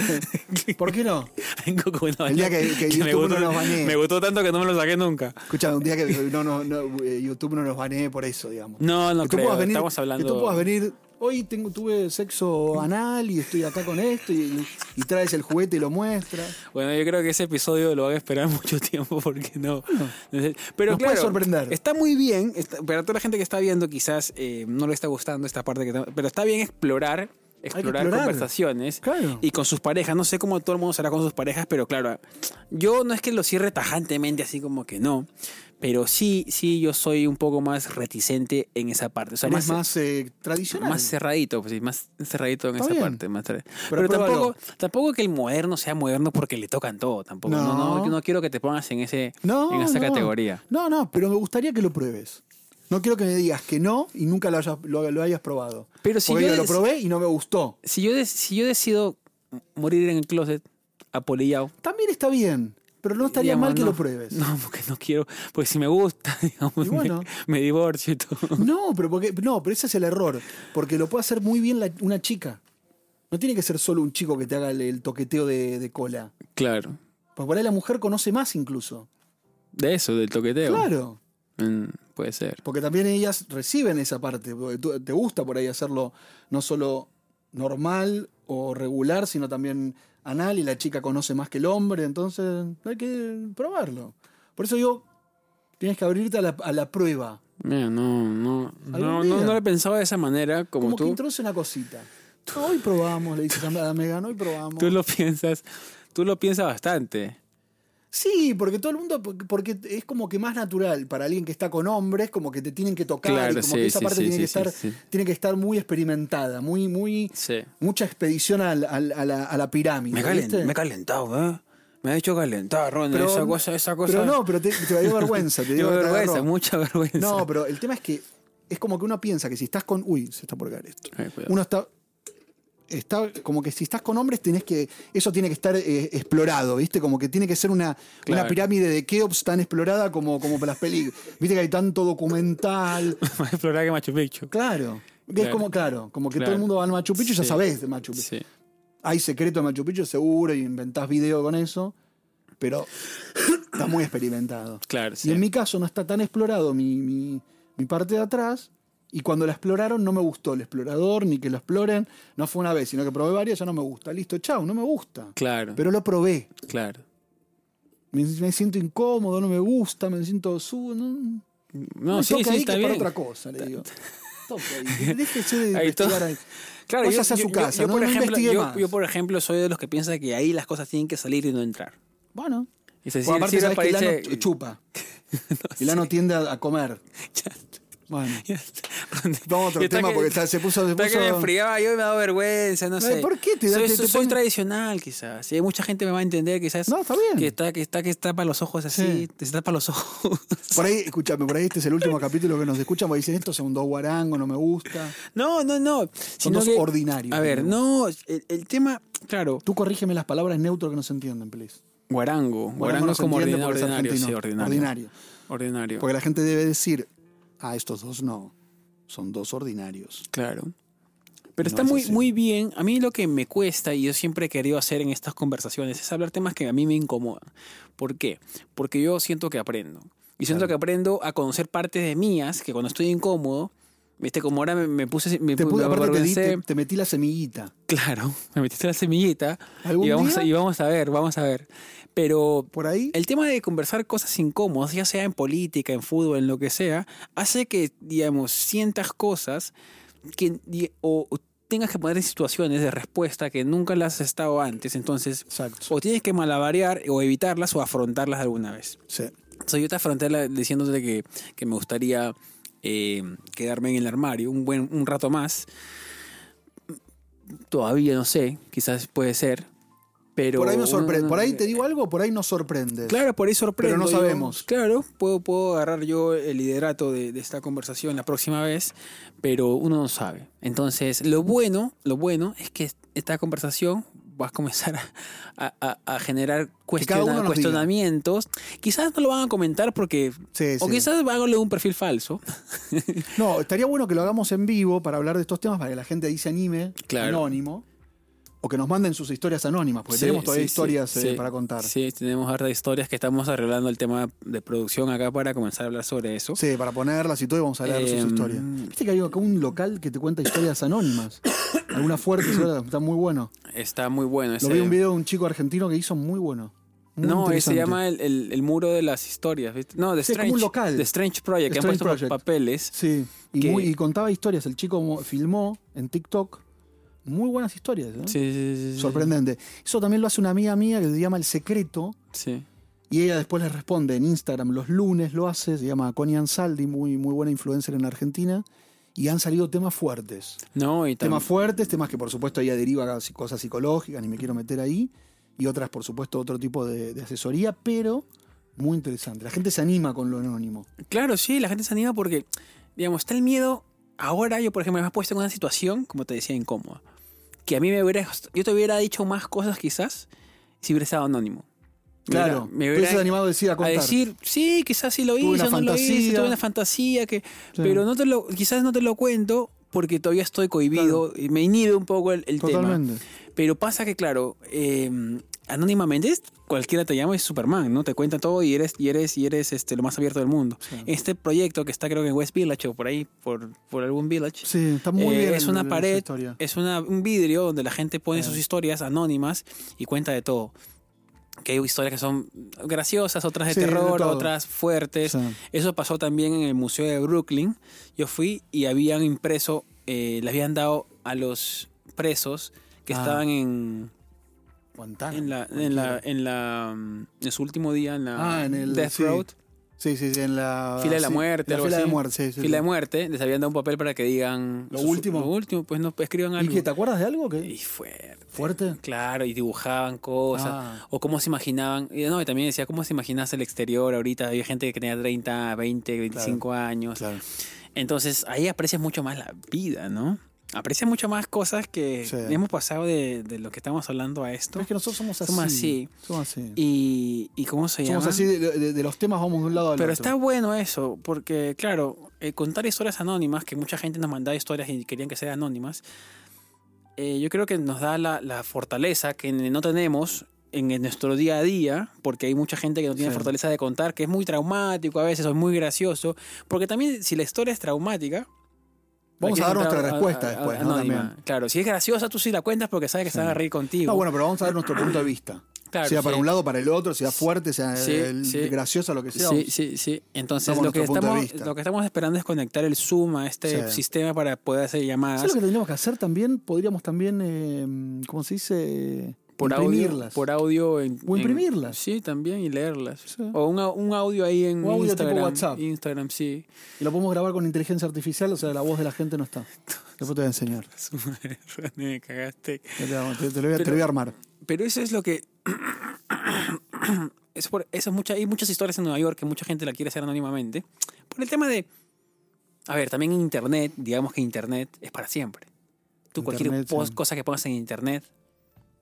B: ¿Por qué no?
A: Vengo con una
B: El día
A: vaina
B: que- que
A: me,
B: YouTube
A: gustó,
B: no nos banee.
A: me gustó tanto que no me lo saqué nunca.
B: Escuchame, un día que no, no, no, eh, YouTube no nos banee por eso, digamos.
A: No, no
B: que tú
A: creo.
B: puedas venir,
A: Estamos hablando.
B: Que tú puedas venir, hoy tengo, tuve sexo anal y estoy acá con esto y, y traes el juguete y lo muestras.
A: Bueno, yo creo que ese episodio lo van a esperar mucho tiempo porque no. Pero
B: Nos puede
A: claro,
B: sorprender.
A: está muy bien. está- para toda la gente que está viendo, quizás eh, no le está gustando esta parte que. está- Pero está bien explorar. Explorar,
B: explorar.
A: conversaciones
B: Claro.
A: y con sus parejas. No sé cómo todo el mundo será con sus parejas, pero claro, yo no es que lo cierre tajantemente, así como que no, pero sí, sí, yo soy un poco más reticente en esa parte. O sea,
B: Más,
A: más,
B: más eh, tradicional.
A: Más cerradito, pues sí, más cerradito en
B: Está
A: esa
B: bien.
A: parte. Más cerra-
B: Pero
A: Pero,
B: pruébalo.
A: tampoco, tampoco que el moderno sea moderno porque le tocan todo, tampoco. No, no,
B: No.
A: yo no quiero que te pongas en ese
B: no,
A: en esa
B: no.
A: categoría.
B: No, no, pero me gustaría que lo pruebes. No quiero que me digas que no y nunca lo hayas, lo, lo hayas probado.
A: Pero si
B: Porque
A: yo
B: lo
A: des-
B: probé y no me gustó.
A: Si yo, des- si yo decido morir en el closet apolillado,
B: También está bien, pero no estaría
A: digamos,
B: mal que
A: no,
B: lo pruebes.
A: No, porque no quiero, porque si me gusta, digamos,
B: Y bueno.
A: me, me divorcio y todo.
B: No, pero porque no, pero ese es el error, porque lo puede hacer muy bien la- una chica. No tiene que ser solo un chico que te haga el, el toqueteo de, de cola.
A: Claro.
B: Porque por ahí la mujer conoce más incluso.
A: De eso, del toqueteo.
B: Claro,
A: Mm, puede ser.
B: porque también ellas reciben esa parte. porque tú- te gusta por ahí hacerlo no solo normal o regular, sino también anal y la chica conoce más que el hombre, entonces hay que probarlo. Por eso yo tienes que abrirte a la, a la prueba.
A: Mira, no, no, no, no,
B: día.
A: no lo he pensado de esa manera como,
B: Como que
A: tú.
B: introduce una cosita. No, hoy probamos, le dices a la Megan, hoy probamos.
A: Tú lo piensas, tú lo piensas bastante.
B: Sí, porque todo el mundo, porque es como que más natural para alguien que está con hombres, como que te tienen que tocar,
A: Claro,
B: y como
A: sí,
B: que esa
A: sí,
B: parte
A: sí,
B: tiene, que
A: sí,
B: estar,
A: sí, sí.
B: tiene que estar muy experimentada, muy, muy,
A: Sí.
B: mucha expedición al- al- a, la, a la pirámide.
A: Me, calen-
B: ¿viste?
A: me he calentado, ¿eh? Me ha hecho calentar, Ron.
B: Pero-
A: esa cosa, esa cosa.
B: Pero no, pero te, te dio vergüenza. Te dio
A: Tengo vergüenza,
B: agarró.
A: mucha vergüenza.
B: No, pero el tema es que es como que uno piensa que si estás con. Uy, se está por caer esto.
A: Ay, cuidado.
B: Uno está. Está como que si estás con hombres tenés que. Eso tiene que estar eh, explorado, ¿viste? Como que tiene que ser una,
A: Claro.
B: una pirámide de Keops tan explorada como, como para las películas. Viste que hay tanto documental.
A: Más explorada que Machu Picchu.
B: Claro. Que Es
A: Claro.
B: como, claro, como que
A: Claro.
B: todo el mundo va al Machu Picchu y ya
A: Sí.
B: sabés de Machu Picchu.
A: Sí.
B: Hay secreto de Machu Picchu, seguro, y inventás video con eso. Pero está muy experimentado.
A: Claro, sí.
B: Y en mi caso no está tan explorado mi, mi- mi parte de atrás. Y cuando la exploraron no me gustó el explorador, ni que lo exploren. No fue una vez, sino que probé varias, ya no me gusta. Listo, chao, no me gusta.
A: Claro,
B: Pero lo probé.
A: claro.
B: Me, me siento incómodo, no me gusta, me siento su... No,
A: No,
B: me
A: sí,
B: toca
A: sí,
B: ahí
A: está
B: que
A: bien.
B: para otra cosa, le digo. Toque ahí, déjese de
A: Ahí
B: investigar
A: to-
B: ahí.
A: Claro,
B: Váyase a su casa, no-
A: por
B: no
A: ejemplo,
B: investigue
A: yo,
B: más.
A: yo, por ejemplo, soy de los que piensa que ahí las cosas tienen que salir y no entrar.
B: Bueno,
A: Y se
B: Bueno, aparte,
A: sí,
B: sabes que el
A: aparece-
B: ano chupa.
A: No
B: El ano tiende a, a comer. Bueno.
A: Ya está. Ronde-
B: Vamos a otro
A: Y está
B: tema
A: que-
B: porque está- se puso- se
A: está que me
B: puso-
A: enfriaba yo y me da vergüenza, no
B: Ay,
A: sé.
B: ¿por qué te da-
A: soy,
B: te-
A: soy-
B: te
A: soy
B: pon-
A: tradicional quizás. Sí, mucha gente me va a entender quizás.
B: No, está bien.
A: Que está que está que está para los ojos así,
B: Sí.
A: te está para los ojos.
B: Por ahí, escúchame, por ahí este es el último capítulo que nos escuchan porque dicen estos son dos guarangos, no me gusta.
A: No, no, no. sino
B: dos ordinarios,
A: A ver, no, el, el tema, claro,
B: Tú corrígeme las palabras neutro que no se entienden, please.
A: guarango, guarango
B: no
A: es
B: se
A: como
B: entiende
A: ordina-
B: porque es
A: ordinario, sí,
B: argentino.
A: ordinario.
B: Ordinario.
A: Ordinario.
B: Porque la gente debe decir, ah, estos dos no, son dos ordinarios.
A: Claro. Pero
B: No
A: está
B: es
A: muy,
B: así.
A: muy bien. A mí lo que me cuesta y yo siempre he querido hacer en estas conversaciones es hablar temas que a mí me incomodan. ¿Por qué? Porque yo siento que aprendo. Y siento
B: Claro.
A: que aprendo a conocer partes de mías que cuando estoy incómodo, viste, como ahora me, me puse, me,
B: Te,
A: me
B: pude- aparte te, di-
A: avergoncé.
B: te- te metí la semillita.
A: Claro, me metiste la semillita
B: ¿Algún
A: y vamos,
B: día?
A: a, y vamos a ver, vamos a ver. Pero
B: Por ahí,
A: el tema de conversar cosas incómodas, ya sea en política, en fútbol, en lo que sea, hace que, digamos, sientas cosas que, di- o o tengas que poner en situaciones de respuesta que nunca las has estado antes. Entonces,
B: exacto.
A: o tienes que malabarear o evitarlas o afrontarlas alguna vez.
B: Sí.
A: Entonces, yo te afronté la- diciéndote que, que me gustaría eh, quedarme en el armario un, buen, un rato más. Todavía no sé, quizás puede ser. Pero
B: por ahí me
A: no,
B: sorprende.
A: no,
B: Por ahí
A: no.
B: te digo algo, por ahí nos sorprende.
A: eh, Claro, por ahí sorprende.
B: Pero no sabemos.
A: claro, puedo, puedo agarrar yo el liderato de, de esta conversación la próxima vez, pero uno no sabe. Entonces, lo bueno, lo bueno es que esta conversación va a comenzar a, a- a- a generar
B: cada
A: cuestiona-
B: uno nos diga.
A: cuestionamientos. Quizás no lo van a comentar porque...
B: Sí,
A: O
B: sí.
A: quizás van a darle un perfil falso.
B: No, estaría bueno que lo hagamos en vivo para hablar de estos temas, para que la gente ahí se anime,
A: Claro.
B: anónimo. O que nos manden sus historias anónimas, porque
A: Sí,
B: tenemos todavía
A: sí, sí,
B: historias eh,
A: sí.
B: para contar. Sí.
A: Sí, tenemos harta historias que estamos arreglando el tema de producción acá para comenzar a hablar sobre eso.
B: para ponerlas y todo, y vamos a hablar de
A: Em,
B: sus historias. Viste que hay acá un local que te cuenta historias anónimas. Alguna fuerte, historia, está muy bueno.
A: Está muy bueno.
B: Lo
A: ese-
B: vi en un video de un chico argentino que hizo muy bueno. Muy
A: no, ahí se
B: interesante.
A: llama el, el- el muro de las historias, ¿viste? No, The
B: Sí, es como
A: Strange.
B: un local.
A: The Strange Project, que han
B: Strange
A: puesto pa-
B: Project.
A: papeles.
B: Sí, y,
A: que-
B: muy- y contaba historias. El chico mo- filmó en TikTok muy buenas historias. ¿eh?
A: Sí, sí, sí, sí,
B: Sorprendente. Eso también lo hace una amiga mía que se llama El Secreto.
A: Sí.
B: Y ella después les responde en Instagram los lunes, lo hace, se llama Connie Ansaldi, muy, muy buena influencer en la Argentina. Y han salido temas fuertes.
A: No, y también.
B: Temas fuertes, temas que por supuesto ella deriva a cosas psicológicas, ni me quiero meter ahí. Y otras, por supuesto, otro tipo de, de asesoría, pero muy interesante. La gente se anima con lo anónimo.
A: Claro, sí, la gente se anima porque, digamos, está el miedo. Ahora yo, por ejemplo, me has puesto en una situación, como te decía, incómoda. Que a mí me hubiera. Yo te hubiera dicho más cosas quizás si hubiera estado anónimo. Me
B: Claro,
A: hubiera- me
B: me
A: hubiera-
B: animado a decir a
A: a
B: contar.
A: decir, sí, quizás sí lo
B: Tuve
A: hice,
B: una
A: no lo hice,
B: fantasía.
A: tuve una fantasía, que,
B: Sí.
A: pero no te lo, quizás no te lo cuento porque todavía estoy cohibido y me inhibe un poco el, el tema.
B: Totalmente.
A: Pero pasa que, claro, eh, anónimamente es- cualquiera te llama es Superman, ¿no? Te cuenta todo y eres, y eres, y eres este, lo más abierto del mundo.
B: Sí.
A: Este proyecto que está creo que en West Village o por ahí, por, por algún village.
B: Sí, está muy
A: eh,
B: bien.
A: es
B: el-
A: una
B: esa
A: pared,
B: historia.
A: es una- un vidrio donde la gente pone
B: Sí.
A: sus historias anónimas y cuenta de todo. Que hay historias que son graciosas, otras de
B: Sí, de
A: terror,
B: todo.
A: otras fuertes.
B: Sí.
A: Eso pasó también en el Museo de Brooklyn. Yo fui y habían impreso, eh, les habían dado a los presos que
B: Ah.
A: estaban en,
B: Guantánamo,
A: en, la, en,
B: cualquiera.
A: la, en, la, mm, en su último día en la
B: Ah, en el-
A: Death
B: sí.
A: Road,
B: Sí, sí, sí, en la.
A: Fila de la
B: sí,
A: muerte,
B: La
A: algo
B: fila de
A: así.
B: muerte, sí, sí,
A: fila de
B: sí.
A: muerte. Les habían dado un papel para que digan
B: Lo
A: sus-
B: último.
A: Lo último, pues no escriban
B: ¿Y
A: algo.
B: qué? ¿Te acuerdas de algo?
A: Y
B: que
A: fuerte.
B: ¿Fuerte?
A: Claro, y dibujaban cosas.
B: Ah.
A: O cómo se imaginaban. Y no, y también decía, ¿cómo se imaginas el exterior ahorita? Había gente que tenía 30, 20, 25 años.
B: Claro.
A: Entonces ahí aprecias mucho más la vida, ¿no? Aprecias mucho más cosas que
B: Sí.
A: hemos pasado de, de lo que estamos hablando a esto.
B: Pero es que nosotros somos así.
A: Somos así.
B: Somos así.
A: Y, y cómo se llama.
B: Somos así de, de- de los temas, vamos de un lado al
A: Pero
B: otro.
A: está bueno eso, porque claro, eh, contar historias anónimas, que mucha gente nos mandaba historias y querían que sean anónimas, eh, yo creo que nos da la, la fortaleza que no tenemos en, en nuestro día a día, porque hay mucha gente que no tiene
B: Sí.
A: fortaleza de contar, que es muy traumático a veces o es muy gracioso, porque también si la historia es traumática...
B: Vamos
A: la
B: a dar
A: quieres
B: nuestra
A: contar
B: respuesta después, ¿no?
A: anónima.
B: También.
A: Claro, si es graciosa tú sí la cuentas porque sabes que se van a reír contigo.
B: No, bueno, pero vamos a ver nuestro punto de vista.
A: Claro,
B: sea para
A: sí.
B: un lado, para el otro, sea fuerte, sea eh,
A: Sí,
B: el-
A: sí.
B: graciosa, lo que sea.
A: Sí, sí, sí. Entonces,
B: Estamos
A: lo que,
B: en nuestro punto de
A: estamos,
B: vista.
A: lo que estamos esperando es conectar el Zoom a este
B: Sí.
A: sistema para poder hacer llamadas.
B: ¿Sabes lo que tendríamos que hacer también? Podríamos también, eh, ¿cómo se dice?
A: por audio,
B: Imprimirlas.
A: por audio en-
B: O
A: en-
B: imprimirlas.
A: sí, también y leerlas.
B: Sí.
A: O un, au- un audio ahí en
B: Un audio tipo
A: Instagram.
B: WhatsApp.
A: Instagram, sí.
B: Y lo podemos grabar con inteligencia artificial, o sea, la voz de la gente no está. Después te voy a enseñar.
A: Su madre, René, me cagaste.
B: Te, te- te lo, voy a, te lo voy a armar.
A: Pero eso es lo que. eso por- eso es mucha, hay muchas historias en Nueva York que mucha gente la quiere hacer anónimamente. Por el tema de. A ver, también en Internet, digamos que Internet es para siempre. Tú cualquier
B: Internet,
A: post-
B: sí.
A: cosa que pongas en Internet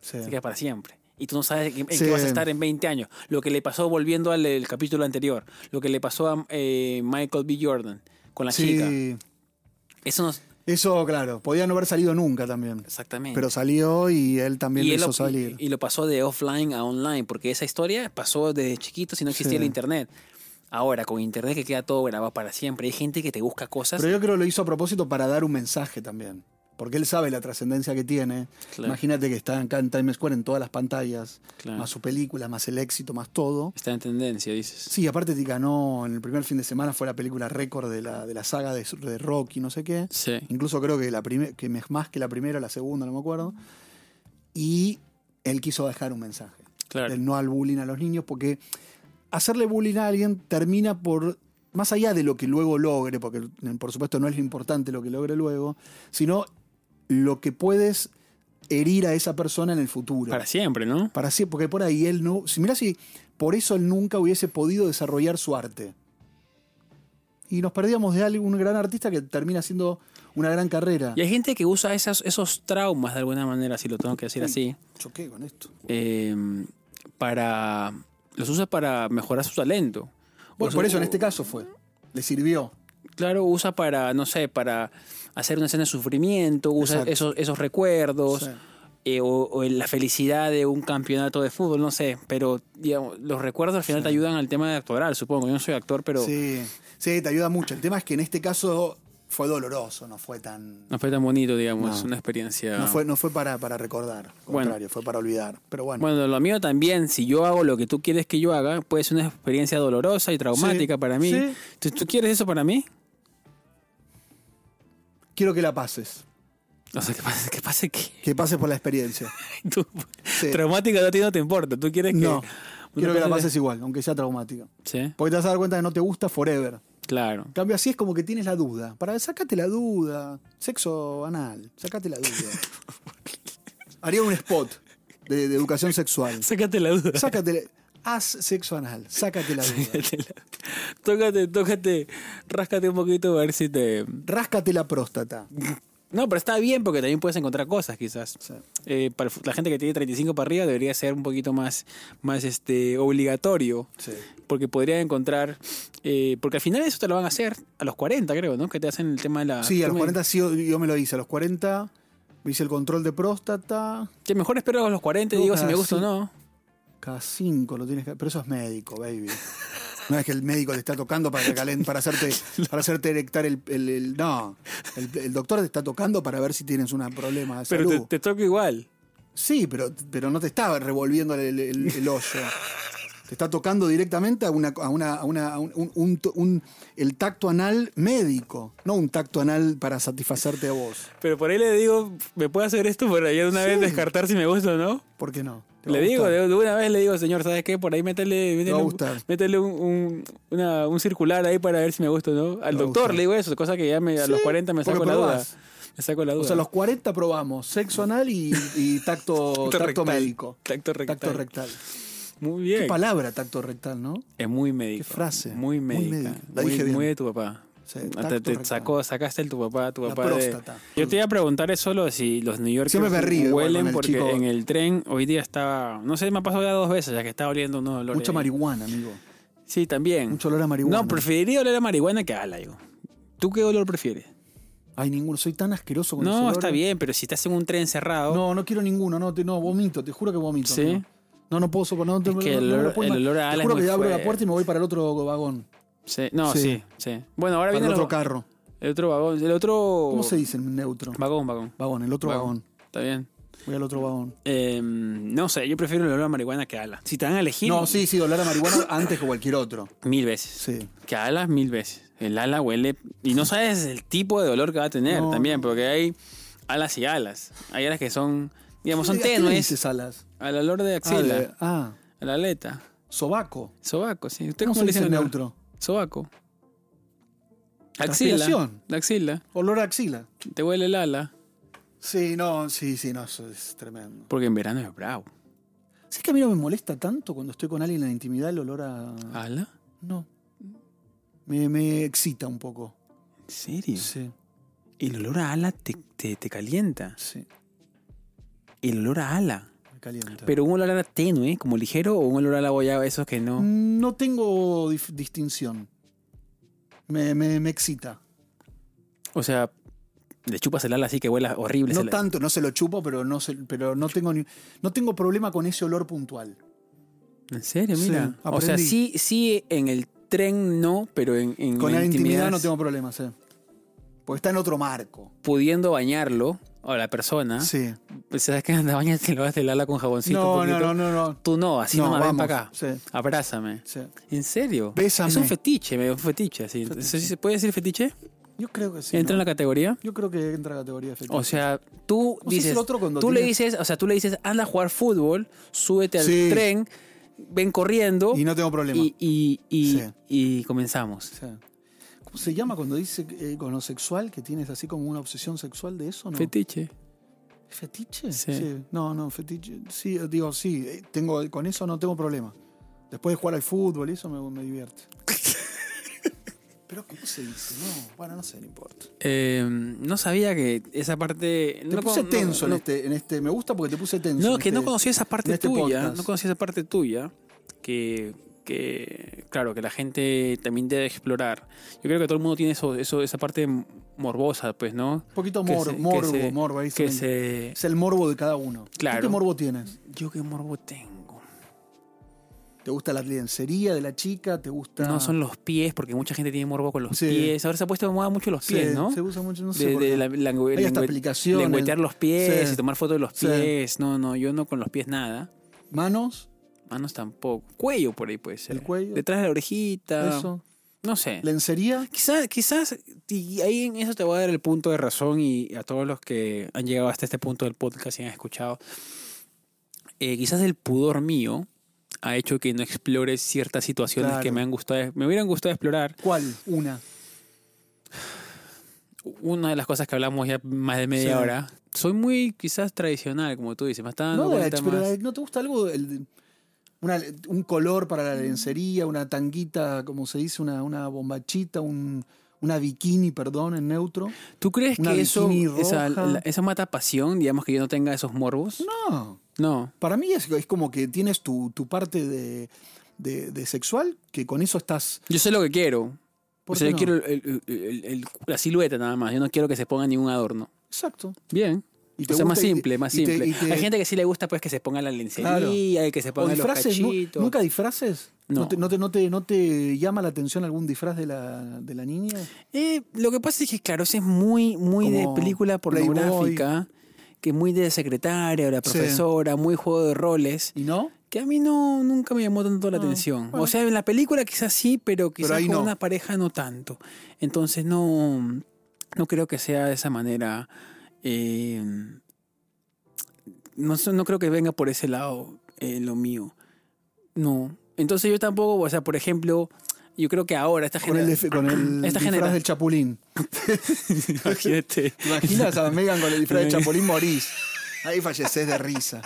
B: Sí.
A: se queda para siempre. Y tú no sabes en, en
B: Sí.
A: qué vas a estar en 20 años. Lo que le pasó volviendo al el capítulo anterior. Lo que le pasó a eh, Michael B. Jordan con la chica.
B: Sí.
A: Eso nos.
B: Eso, claro, podía no haber salido nunca también.
A: Exactamente.
B: Pero salió y él también
A: y,
B: lo
A: él
B: hizo
A: lo,
B: salir.
A: y lo pasó de offline a online, porque esa historia pasó desde chiquito si no existía
B: Sí.
A: el internet. Ahora, con internet que queda todo grabado para siempre, hay gente que te busca cosas.
B: Pero yo creo que lo hizo a propósito para dar un mensaje también. Porque él sabe la trascendencia que tiene.
A: Claro. Ah.
B: Imagínate que está acá en Times Square en todas las pantallas,
A: Claro.
B: más su película, más el éxito, más todo.
A: Está en tendencia, dices.
B: Sí, aparte te ganó en el primer fin de semana, fue la película récord de la, de la saga de, de Rocky, no sé qué.
A: Sí.
B: Incluso creo que, la prime- que me- más que la primera, la segunda, no me acuerdo. Y él quiso dejar un mensaje.
A: Claro.
B: Del no al bullying a los niños, porque hacerle bullying a alguien termina por, más allá de lo que luego logre, porque por supuesto no es lo importante lo que logre luego, sino lo que puedes herir a esa persona en el futuro.
A: Para siempre, ¿no?
B: Para sí, porque por ahí él no. Si mirá si por eso él nunca hubiese podido desarrollar su arte. Y nos perdíamos de algo- un gran artista que termina siendo una gran carrera.
A: Y hay gente que usa esas, esos traumas de alguna manera, si lo tengo que decir así,
B: Choqué con esto.
A: eh, para. Los usa para mejorar su talento.
B: Bueno,
A: Usa-
B: por eso en este caso fue. Le sirvió.
A: Claro, usa para, no sé, para hacer una escena de sufrimiento, usa
B: Exacto.
A: esos, esos recuerdos.
B: Sí.
A: eh, o, o en la felicidad de un campeonato de fútbol, no sé, pero digamos, los recuerdos al final te ayudan al tema de actoral, supongo. Yo no soy actor, pero
B: sí. Sí, te ayuda mucho. El tema es que en este caso fue doloroso, no fue tan.
A: no fue tan bonito, digamos,
B: No.
A: una experiencia.
B: No fue, no fue para, para recordar, al
A: Bueno.
B: contrario, fue para olvidar. Pero bueno,
A: Bueno, lo mío también, si yo hago lo que tú quieres que yo haga, puede ser una experiencia dolorosa y traumática
B: Sí,
A: para mí.
B: sí.
A: ¿Tú, tú quieres eso para mí?
B: quiero que la pases.
A: O sea, que pase, que pase que
B: Que pases por la experiencia.
A: tú-
B: Sí.
A: traumática no, a ti no te importa, tú quieres que...
B: No. Quiero que la
A: Una-
B: pases igual, aunque sea traumática.
A: Sí,
B: Porque te vas a dar cuenta que no te gusta forever.
A: claro.
B: En cambio, así es como que tienes la duda. Para sacate la duda. Sexo anal. Sacate la duda. Haría un spot de, de educación sexual.
A: Sácate la duda.
B: Sácate. la- Haz sexo anal. Sácate la duda.
A: tócate, tócate, ráscate un poquito a ver si te...
B: Ráscate la próstata.
A: No, pero está bien porque también puedes encontrar cosas quizás.
B: Sí.
A: Eh, para el fu- la gente que tiene 35 para arriba debería ser un poquito más, más este, obligatorio.
B: Sí.
A: Porque podría encontrar... eh, porque al final eso te lo van a hacer a los 40, creo, ¿no? Que te hacen el tema de la...
B: Sí, a
A: tú
B: los
A: me-
B: 40 sí, yo- yo me lo hice. A los 40 me hice el control de próstata.
A: Que mejor espero a los 40 y
B: Tú
A: digo si me
B: cada
A: gusta o
B: cin-
A: no.
B: Cada 5 lo tienes que. Pero eso es médico, baby. No es que el médico te está tocando para, que calen- para hacerte para hacerte erectar el. el- el- no. El, el doctor te está tocando para ver si tienes un problema de
A: Pero
B: salud.
A: te, te toca igual.
B: Sí, pero, pero no te está revolviendo el, el- el hoyo. Te está tocando directamente a una, a una, a una- a un, un- un to- un- el tacto anal médico, no un tacto anal para satisfacerte a vos.
A: Pero por ahí le digo, ¿me puedo hacer esto para ya de una vez
B: Sí.
A: descartar si me gusta o no?
B: ¿Por qué no? Te va
A: Le
B: a
A: digo,
B: gustar.
A: de, de una vez le digo, señor, ¿sabes qué? Por ahí métele, métele,
B: va a
A: un,
B: gustar.
A: métele un, un- una- un circular ahí para ver si me gusta o no. Al
B: va a
A: doctor
B: gustar.
A: le digo eso, cosa que ya me- a los
B: Sí,
A: 40 me
B: porque
A: saco la duda.
B: probás.
A: Me saco la duda.
B: O sea, a los 40 probamos sexo anal y, y tacto, tacto,
A: rectal.
B: médico.
A: Tacto rectal.
B: Tacto rectal.
A: Muy
B: Qué
A: bien.
B: palabra tacto rectal, ¿no?
A: Es muy médico.
B: Qué frase.
A: Muy
B: Muy
A: médica.
B: médica. La
A: muy,
B: dije bien.
A: muy de tu papá.
B: Sí,
A: Hasta
B: tacto
A: te
B: rectal.
A: sacó, sacaste el tu papá, tu
B: La
A: papá de-
B: próstata.
A: Yo te iba a preguntar es solo si los New York
B: Siempre me río igual
A: huelen
B: con el
A: porque
B: chico.
A: en el tren hoy día estaba, no sé, me ha pasado ya dos veces ya que estaba oliendo unos olores.
B: Mucha
A: ahí.
B: marihuana, amigo.
A: Sí, también.
B: Mucho olor a marihuana.
A: No, preferiría oler a marihuana que a ala, digo. ¿Tú qué olor prefieres?
B: Ay, ninguno. Soy tan asqueroso con ese
A: No,
B: olor.
A: está bien, pero si estás en un tren cerrado,
B: No, no quiero ninguno, no, te- no, vomito, te juro que vomito.
A: ¿Sí?
B: amigo. No, no puedo soportar, no, te-
A: Es que
B: no-
A: el
B: no me lo
A: olor-
B: puedo
A: el
B: ima-
A: olor a ala
B: Te
A: es
B: juro
A: muy
B: que abro la
A: fuerte.
B: puerta y me voy para el otro vagón,
A: sí, no,
B: Sí.
A: sí. sí. Bueno, ahora
B: para el
A: viene
B: otro
A: los-
B: carro.
A: el otro vagón, el otro
B: ¿Cómo se dice en neutro?
A: vagón, vagón.
B: Vagón, el otro vagón.
A: Está bien.
B: Voy al otro vagón.
A: Eh, no sé, yo prefiero el olor a marihuana que a ala. Si te van a elegir
B: No, sí, sí, olor a marihuana antes que cualquier otro.
A: mil veces.
B: Sí.
A: Que a alas mil veces. El ala huele y no sabes el tipo de olor que va a tener
B: No.
A: también, porque hay alas y alas. Hay alas que son Digamos, son
B: ¿A qué le
A: tenues.
B: dices alas?
A: Al olor de
B: Ah,
A: axila,
B: de- ah,
A: a la aleta.
B: sobaco.
A: Sobaco, sí. ¿Usted
B: ¿Cómo
A: cómo,
B: se
A: le
B: dice
A: dice en el-
B: neutro?
A: Sobaco. Axila.
B: Transpiración.
A: La axila.
B: Olor a axila.
A: Te huele el ala.
B: Sí, no, sí, sí, no, eso es tremendo.
A: Porque en verano es bravo.
B: ¿Sabes que a mí no me molesta tanto cuando estoy con alguien en la intimidad el olor a.
A: ¿Ala?
B: No. Ah. Me, me excita un poco.
A: ¿En serio?
B: Sí,
A: El olor a ala te, te, te calienta.
B: sí,
A: El olor a ala.
B: me calienta.
A: Pero un olor a ala tenue, como ligero, o un olor a ala boya, esos que
B: Mm.
A: no.
B: No tengo dif- distinción. Me, me- me excita.
A: O sea, le chupas el ala así que huela horrible. se
B: No
A: la-
B: tanto, no se lo chupo, pero no se- pero no tengo ni- no tengo problema con ese olor puntual.
A: ¿En serio?
B: Sí,
A: Mira. o sea,
B: aprendí.
A: sí, sí, en el tren no, pero en, en
B: Con
A: la
B: la intimidad
A: intimidad
B: no tengo problemas, eh. Porque está en otro marco.
A: Pudiendo bañarlo, o la persona.
B: Sí.
A: Pues, ¿Sabes qué? Anda, baña, te lo vas del ala con jaboncito.
B: no,
A: un
B: no,
A: poquito.
B: no, no, no.
A: Tú no, así
B: No,
A: nomás, ven
B: vamos.
A: para acá.
B: Sí,
A: Abrázame.
B: sí.
A: ¿En serio?
B: Bésame.
A: Es un fetiche, medio un fetiche. así. Entonces, ¿Se puede decir fetiche?
B: Yo creo que sí.
A: ¿Entra en
B: ¿no?
A: la Oh, categoría?
B: Yo creo que entra categoría de fetiche.
A: O sea, tú
B: O sea, es
A: dices.
B: el otro cuando
A: tú le
B: tienes-
A: dices, o sea, tú le dices, anda a jugar fútbol, súbete al
B: Sí.
A: tren, ven corriendo
B: y no tengo problema.
A: Oh. y, y- y-
B: Sí.
A: y comenzamos.
B: O sea, ¿Cómo se llama cuando dice eh, con lo sexual que tienes así como una obsesión sexual de eso? ¿no?
A: Fetiche.
B: ¿Fetiche?
A: Sí.
B: No, no, fetiche. Sí, eh, digo, sí, eh, tengo, con eso no tengo problema. Después de jugar al fútbol y eso me, me divierte. Pero ¿cómo se dice? No, bueno, no sé, no importa.
A: Eh, no sabía que esa parte.
B: Te
A: no
B: puse
A: con- no-
B: tenso
A: no-
B: en, este, en este. Me gusta porque te puse tenso.
A: No,
B: en
A: que no
B: este-
A: conocía esa parte
B: en este
A: tuya.
B: podcast.
A: No conocía esa parte tuya. Que, que, claro, que la gente también debe explorar. Yo creo que todo el mundo tiene eso, eso esa parte morbosa, pues, ¿no?
B: Un poquito
A: que
B: mor-
A: se- que
B: morbo,
A: se-
B: morbo. Ahí se
A: Que
B: me-
A: se.
B: Es el morbo de cada uno. ¿Tú
A: Claro.
B: ¿Qué morbo tienes?
A: Yo qué morbo tengo.
B: ¿Te gusta la lencería de la chica? ¿Te gusta.?
A: No, son los pies, porque mucha gente tiene morbo con los
B: Sí.
A: pies. Ahora se ha puesto de moda mucho los
B: Sí,
A: pies, ¿no?
B: Se usa mucho, no sé.
A: de,
B: por
A: de
B: qué.
A: la- langue-
B: Hay hasta
A: langue-
B: aplicaciones.
A: lengüetear los pies
B: Sí.
A: y tomar fotos de los
B: Sí.
A: pies. No, no, yo no con los pies nada.
B: Manos,
A: Manos tampoco. Cuello por ahí puede ser.
B: El cuello.
A: Detrás de la orejita.
B: eso.
A: No sé.
B: Lencería.
A: Quizás, quizás, y ahí en eso te voy a dar el punto de razón y a todos los que han llegado hasta este punto del podcast y han escuchado. eh, quizás el pudor mío ha hecho que no explore ciertas situaciones
B: Claro.
A: que me han gustado, me hubieran gustado explorar.
B: ¿Cuál? Una.
A: Una de las cosas que hablamos ya más de media
B: Sí.
A: hora. Soy muy quizás tradicional, como tú dices, me está dando
B: No, de la-
A: Ah, cuenta
B: pero
A: más.
B: la- ¿no te gusta algo? El- una- un color para la lencería, una tanguita, como se dice, una, una bombachita, un, una bikini, perdón, en neutro.
A: ¿Tú crees
B: una
A: que eso
B: bikini
A: esa,
B: roja.
A: la- esa mata pasión, digamos que yo no tenga esos morbos?
B: No.
A: No.
B: Para mí es, es como que tienes tu, tu parte de, de- de sexual, que con eso estás.
A: Yo sé lo que quiero.
B: ¿Por
A: o sea,
B: qué
A: yo
B: no?
A: quiero el- el- el- el- la silueta nada más. Yo no quiero que se ponga ningún adorno.
B: Exacto.
A: Bien.
B: Y
A: o sea, más
B: gusta y-
A: simple, más
B: y te-
A: simple.
B: y te-
A: Hay gente que sí le gusta pues que se ponga la lencería,
B: Claro.
A: y que se
B: o
A: pongan los
B: disfraces, ¿nu-
A: cachitos.
B: ¿nunca disfraces?
A: No.
B: te, no, te, no, te, ¿No te llama la atención algún disfraz de la, de la niña?
A: Eh, lo que pasa es que, claro, ese es muy, muy de
B: Como
A: película
B: Playboy.
A: pornográfica, que muy de secretaria, la
B: Sí.
A: profesora, muy juego de roles,
B: ¿Y no?
A: que a mí no, nunca me llamó tanto la
B: Ah,
A: atención.
B: bueno.
A: O sea, en la película quizás sí, pero quizás
B: ahí
A: con
B: no.
A: una pareja no tanto. Entonces no, no creo que sea de esa manera. eh, no, sé, no creo que venga por ese lado eh, lo mío. No. Entonces yo tampoco, o sea, por ejemplo, yo creo que ahora esta
B: Con el,
A: generación...
B: def- con el
A: Esta
B: disfraz
A: genera-
B: del chapulín.
A: Imagínate.
B: ¿Te imaginas a Megan con el disfraz de Chapulín morís? Ahí falleces de risa.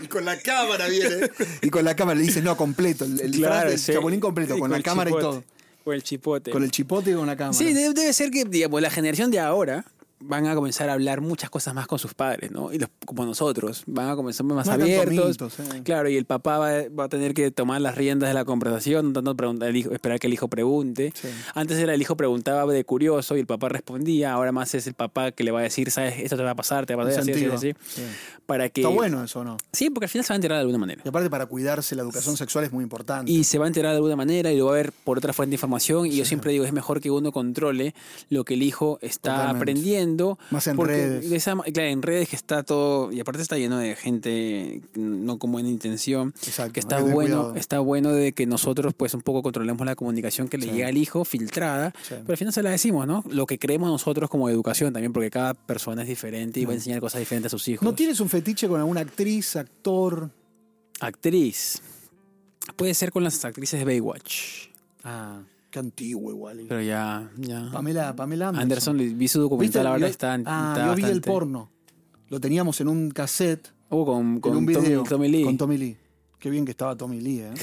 B: Y con la cámara viene. Y con la cámara le dice, no, completo. El, el disfraz del
A: sí.
B: Chapulín completo,
A: Sí,
B: con, la
A: el
B: cámara
A: chipote.
B: y todo.
A: Con el chipote.
B: Con el chipote y con la cámara.
A: sí, de- debe ser que, digamos, la generación de ahora van a comenzar a hablar muchas cosas más con sus padres, ¿no? Y los, como nosotros, van a comenzar más
B: No hay tanto
A: abiertos.
B: mitos, eh.
A: Claro, y el papá va, va a tener que tomar las riendas de la conversación, no tanto preguntar al hijo- esperar que el hijo pregunte.
B: Sí.
A: Antes era el hijo preguntaba de curioso y el papá respondía, ahora más es el papá que le va a decir, sabes, esto te va a pasar, te va a pasar así, así,
B: Incentiva.
A: así,
B: Sí.
A: para que
B: Está bueno eso, ¿no?
A: Sí, porque al final se va a enterar de alguna manera.
B: Y aparte para cuidarse la educación sexual es muy importante.
A: y se va a enterar de alguna manera y lo va a ver por otra fuente de información. Y yo siempre digo, es mejor que uno controle lo que el hijo está
B: Totalmente.
A: aprendiendo viendo.
B: Más en
A: porque
B: redes.
A: de esa ma- claro, en redes que está todo. Y aparte está lleno de gente no con buena intención.
B: Exacto,
A: Que
B: hay
A: está
B: tener
A: bueno,
B: cuidado.
A: está bueno de que nosotros, pues, un poco controlemos la comunicación que le
B: Sí.
A: llega al hijo, filtrada.
B: Sí.
A: Pero al final se la decimos, ¿no? Lo que creemos nosotros como educación también, porque cada persona es diferente y va a enseñar cosas diferentes a sus hijos.
B: ¿No tienes un fetiche con alguna actriz, actor?
A: Actriz. Puede ser con las actrices de Baywatch.
B: Ah. Qué antiguo igual. eh.
A: Pero ya, ya.
B: Pamela, Pamela Anderson.
A: Anderson, vi su documental, ahora
B: Yo-
A: está,
B: ah,
A: está
B: yo vi el
A: bastante-
B: porno. Lo teníamos en un cassette,
A: Hubo con,
B: en
A: con
B: un
A: Tommy,
B: video.
A: Tommy Lee.
B: Con Tommy Lee. Qué bien que estaba Tommy Lee, ¿eh?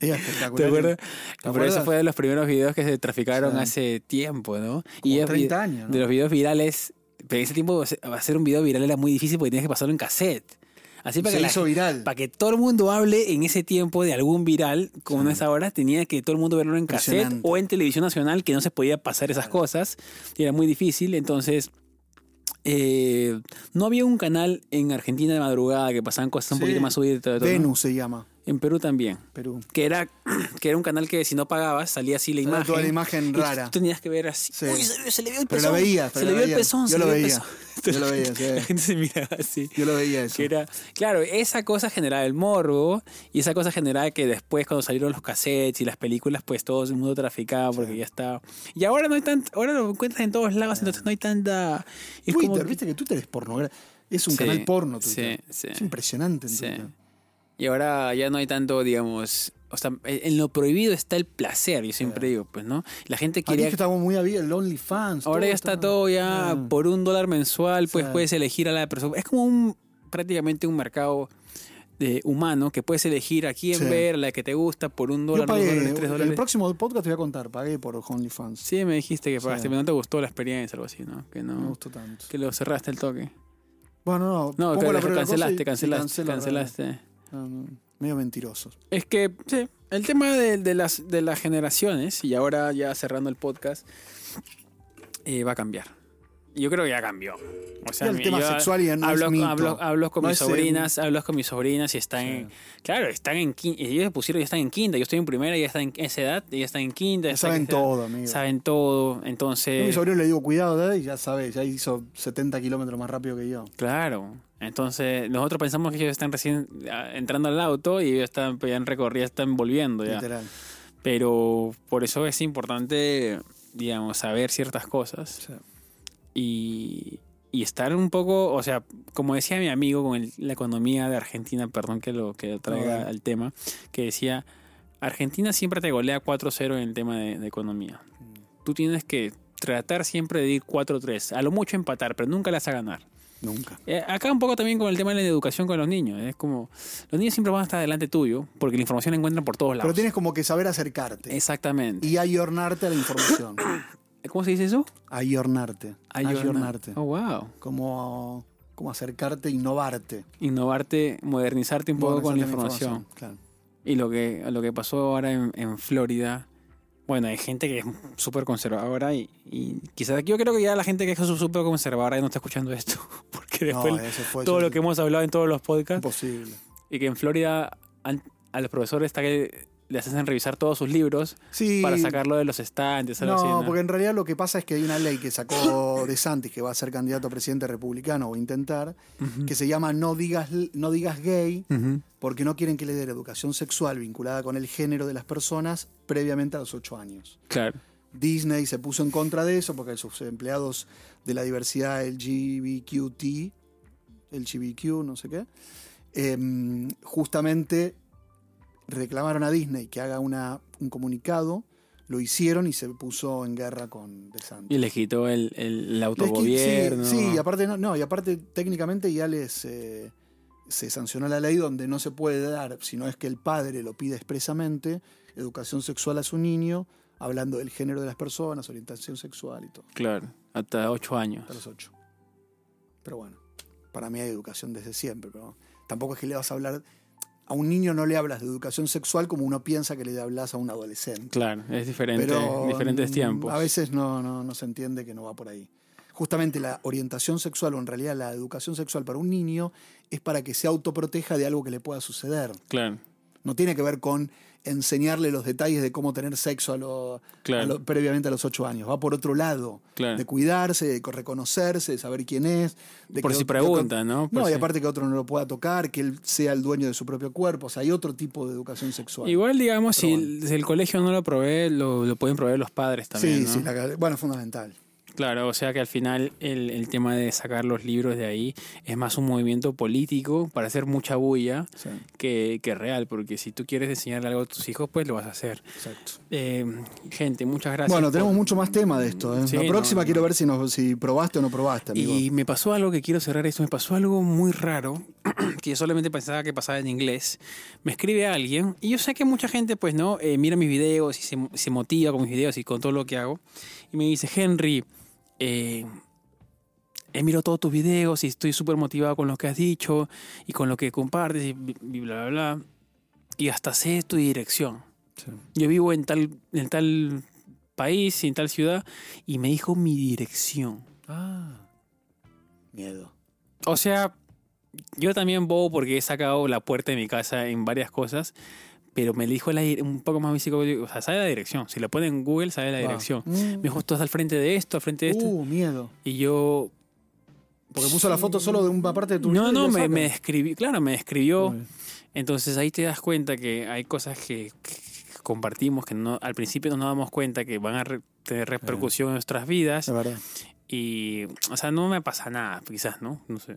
B: Era espectacular.
A: ¿Te acuerdas?
B: ¿Te
A: Pero eso
B: acuerdas?
A: fue de los primeros videos que se traficaron
B: Sí.
A: hace tiempo, ¿no?
B: Como
A: es vi-
B: 30 años, ¿no?
A: De los videos virales, pero en ese tiempo hacer un video viral era muy difícil porque tenías que pasarlo en cassette. Así para
B: Se
A: que, la-
B: hizo viral.
A: para que todo el mundo hable en ese tiempo de algún viral, como no es ahora, tenía que todo el mundo verlo en cassette
B: Impresionante.
A: o en televisión nacional, que no se podía pasar esas cosas. Y era muy difícil, entonces... eh, no había un canal en Argentina de madrugada que pasaban cosas un
B: Sí.
A: poquito más subidas. y todo, todo, ¿no?
B: Venus se llama.
A: En Perú también
B: Perú.
A: que era, que era un canal que si no pagabas salía así la
B: Salía
A: imagen.
B: toda la imagen
A: y tú
B: rara.
A: tenías que ver así.
B: Sí.
A: Uy, se, le- se le vio el
B: Pero
A: pezón.
B: la veías,
A: se
B: pero
A: le
B: la
A: vio el
B: veías.
A: pezón.
B: Yo
A: se
B: lo
A: le vio el
B: veía,
A: pezón.
B: yo lo veía, sí.
A: La gente se miraba así.
B: Yo lo veía eso.
A: Que era, claro, esa cosa generaba el morbo y esa cosa generaba que después cuando salieron los cassettes y las películas, pues todo el mundo traficaba porque ya estaba. Y ahora no hay tanto, ahora lo encuentras en todos lados, entonces no hay tanta... es como
B: Twitter,
A: que-
B: viste que Twitter es porno. Es un
A: Sí,
B: canal porno Twitter.
A: sí, sí.
B: Es impresionante en
A: Sí.
B: Twitter.
A: Y ahora ya no hay tanto, digamos, o sea, en lo prohibido está el placer, yo siempre digo, pues, ¿no? La gente
B: Aquí
A: quería...
B: estamos muy abiertos, el OnlyFans.
A: Ahora ya está todo ya
B: Pues Ah.
A: por un dólar mensual, pues
B: Sí.
A: puedes elegir a la persona. Es como un prácticamente un mercado de humano que puedes elegir a quién
B: Sí.
A: ver, la que te gusta, por un
B: Yo
A: dólar, dos
B: pagué,
A: dólares, tres
B: el
A: dólares.
B: próximo podcast te voy a contar, pagué por OnlyFans.
A: Sí, me dijiste que pagaste,
B: Sí.
A: pero no te gustó la experiencia, algo así, ¿no? Que
B: No me
A: no.
B: gustó tanto.
A: Que lo cerraste el toque.
B: Bueno, no,
A: No,
B: pongo
A: que
B: la
A: lo
B: primera cosa y-
A: cancelaste,
B: y
A: cancelaste,
B: cancelo,
A: cancelaste.
B: no, no, medio mentirosos.
A: Es que, sí, el tema de, de las, de las generaciones, y ahora ya cerrando el podcast, eh, va a cambiar. Yo creo que ya cambió. O sea,
B: Y el
A: mi-
B: tema
A: yo
B: sexual ya no es
A: hablo,
B: mito.
A: hablo, hablo con
B: No
A: mis
B: es, eh,
A: sobrinas, hablo con mis sobrinas y están en, Claro, están en quinta. Ellos se pusieron, ya están en quinta. Yo estoy en primera, ya están en esa edad, ya están en quinta. ya
B: Ya
A: están
B: saben
A: en esa edad.
B: todo, amigo.
A: Saben todo.
B: Yo a mi
A: Entonces.
B: sobrino le digo cuidado de él y ya sabes, ya hizo 70 kilómetros más rápido que yo.
A: Claro. Entonces, nosotros pensamos que ellos están recién ah, entrando al auto y ellos están, pues, ya han recorrido, ya están volviendo ya.
B: Literal.
A: Pero por eso es importante, digamos, saber ciertas cosas
B: Sí.
A: y, y estar un poco, o sea, como decía mi amigo con el- la economía de Argentina, perdón que lo que lo traiga
B: dale.
A: al tema, que decía, Argentina siempre te golea 4-0 en el tema de, de economía.
B: Mm.
A: Tú tienes que tratar siempre de ir 4-3, a lo mucho empatar, pero nunca las a ganar.
B: Nunca.
A: Eh, acá un poco también con el tema de la educación con los niños, es como, los niños siempre van a estar delante tuyo porque la información la encuentran por todos
B: Pero
A: lados.
B: tienes como que saber acercarte
A: Exactamente.
B: y ayornarte a la información.
A: ¿Cómo se dice eso?
B: ayornarte. Ayornarte.
A: Oh, wow.
B: Como, como acercarte, innovarte.
A: Innovarte, modernizarte un poco
B: Bueno,
A: con la
B: esa es
A: información.
B: Claro.
A: Y lo que, lo que pasó ahora en, en Florida. Bueno, hay gente que es súper conservadora y, y quizás yo creo que ya la gente que es sú- súper conservadora ya no está escuchando esto. Porque después
B: no, eh, pues eso fue
A: todo
B: eso
A: lo
B: es
A: que hemos hablado en todos los podcasts
B: imposible.
A: y que en Florida han- a los profesores está que les hacen revisar todos sus libros
B: Sí.
A: para sacarlo de los estantes. Algo
B: No,
A: así, ¿no?
B: porque en realidad lo que pasa es que hay una ley que sacó De Santis, que va a ser candidato a presidente republicano o intentar,
A: Ujú.
B: que se llama No digas, no digas gay,
A: Ujú.
B: porque no quieren que le dé la educación sexual vinculada con el género de las personas previamente a los ocho años.
A: Claro.
B: Disney se puso en contra de eso porque sus empleados de la diversidad LGBQT, LGBQ, no sé qué, em, justamente reclamaron a Disney que haga una- un comunicado, lo hicieron y se puso en guerra con DeSantis.
A: Y les quitó el, el- el
B: Les qui-
A: autogobierno.
B: Sí, sí, y aparte no, no, y aparte técnicamente ya les eh, se sancionó la ley donde no se puede dar, si no es que el padre lo pide expresamente, educación sexual a su niño, hablando del género de las personas, orientación sexual y todo,
A: Claro, hasta ocho años.
B: hasta los ocho. Pero bueno, para mí hay educación desde siempre, pero tampoco es que le vas a hablar a un niño no le hablas de educación sexual como uno piensa que le hablas a un adolescente.
A: Claro, es diferente,
B: Pero,
A: diferentes
B: mm,
A: tiempos.
B: A veces no, no, no se entiende que no va por ahí. Justamente la orientación sexual, o en realidad la educación sexual para un niño, es para que se autoproteja de algo que le pueda suceder.
A: Claro,
B: No tiene que ver con enseñarle los detalles de cómo tener sexo a lo-
A: Claro.
B: a lo- previamente a los ocho años. Va por otro lado,
A: Claro.
B: de cuidarse, de co- reconocerse, de saber quién es. de
A: Por
B: que
A: si
B: ot- que otro-
A: pregunta, ¿no? Por
B: no, y
A: si-
B: aparte que otro no lo pueda tocar, que él sea el dueño de su propio cuerpo. O sea, hay otro tipo de educación sexual.
A: Igual, digamos,
B: Pero
A: si,
B: bueno.
A: el- si el colegio no lo provee, lo, lo pueden proveer los padres también.
B: sí,
A: ¿no?
B: sí, la- bueno, fundamental.
A: Claro, o sea que al final el, el tema de sacar los libros de ahí es más un movimiento político para hacer mucha bulla
B: Sí,
A: que, que real, porque si tú quieres enseñarle algo a tus hijos, pues lo vas a hacer.
B: exacto.
A: Eh, gente, muchas gracias.
B: bueno,
A: por-
B: tenemos mucho más tema de esto. ¿eh?
A: Sí,
B: la
A: no,
B: próxima
A: no.
B: quiero ver si, nos, si probaste o no probaste, amigo.
A: Y me pasó algo que quiero cerrar esto, me pasó algo muy raro, que yo solamente pensaba que pasaba en inglés. Me escribe alguien, y yo sé que mucha gente, pues, ¿no? Eh, mira mis videos y se, se motiva con mis videos y con todo lo que hago. Y me dice, Henry, eh, he mirado todos tus videos y estoy súper motivado con lo que has dicho y con lo que compartes y bi- bi- bla, bla, bla. Y hasta sé tu dirección.
B: Sí.
A: Yo vivo en tal, en tal país, en tal ciudad, y me dijo mi dirección.
B: Ah. Miedo.
A: O sea, yo también bobo porque he sacado la puerta de mi casa en varias cosas, pero me dijo la di- un poco más básico, o sea, sabe la dirección. Si lo pone en Google, sabe la
B: Va.
A: dirección.
B: Mm.
A: Me dijo, tú estás al frente de esto, al frente de esto.
B: Uh, miedo.
A: Y yo...
B: Porque puso la foto solo de una parte de tu vida
A: No,
B: y
A: no,
B: lo
A: me,
B: saca.
A: me escribió, claro, me escribió.
B: Muy bien.
A: Entonces ahí te das cuenta que hay cosas que, que compartimos que no, al principio no nos damos cuenta que van a re- tener repercusión en nuestras vidas.
B: Es verdad.
A: Y, o sea, no me pasa nada, quizás, ¿no? No sé.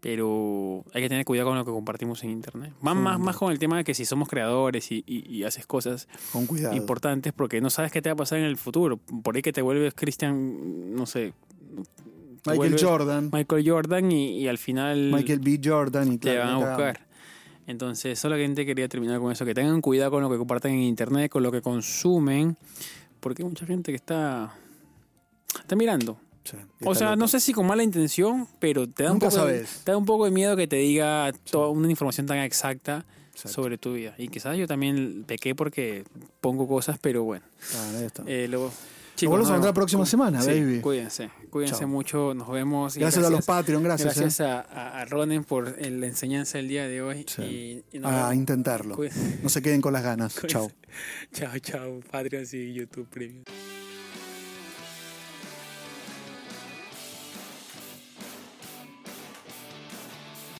A: Pero hay que tener cuidado con lo que compartimos en Internet. Más, más, más con el tema de que si somos creadores y, y- y haces cosas
B: Con cuidado.
A: importantes, porque no sabes qué te va a pasar en el futuro. Por ahí que te vuelves Christian, no sé. te
B: Michael
A: vuelves
B: Jordan,
A: Michael Jordan y, y al final
B: Michael B. Jordan y
A: te
B: claro,
A: van a
B: la cagamos.
A: buscar. Entonces, solamente quería terminar con eso. Que tengan cuidado con lo que comparten en Internet, con lo que consumen, porque hay mucha gente que está, está mirando.
B: Sí, y
A: O
B: está
A: sea,
B: loco.
A: no sé si con mala intención, pero te da, un
B: Nunca
A: poco de,
B: sabes.
A: te da un poco de miedo que te diga toda una información tan exacta
B: Exacto.
A: sobre tu vida. Y quizás yo también pequé porque pongo cosas, pero bueno.
B: Ah, ahí está.
A: Eh, luego,
B: Nos volvemos a
A: nos
B: encontrar
A: vemos.
B: la próxima
A: Cu-
B: semana,
A: sí,
B: baby.
A: Cuídense, cuídense
B: Chao.
A: mucho, nos vemos. y
B: Gracias, a los Patreon, gracias.
A: Gracias,
B: eh.
A: a, a- a Ronen por el- la enseñanza del día de hoy.
B: Sí. Ah,
A: Y, y nos
B: A
A: vemos.
B: intentarlo.
A: Cuídense.
B: No se queden con las ganas. Chao.
A: Chao, chao, Patreon y YouTube Premium.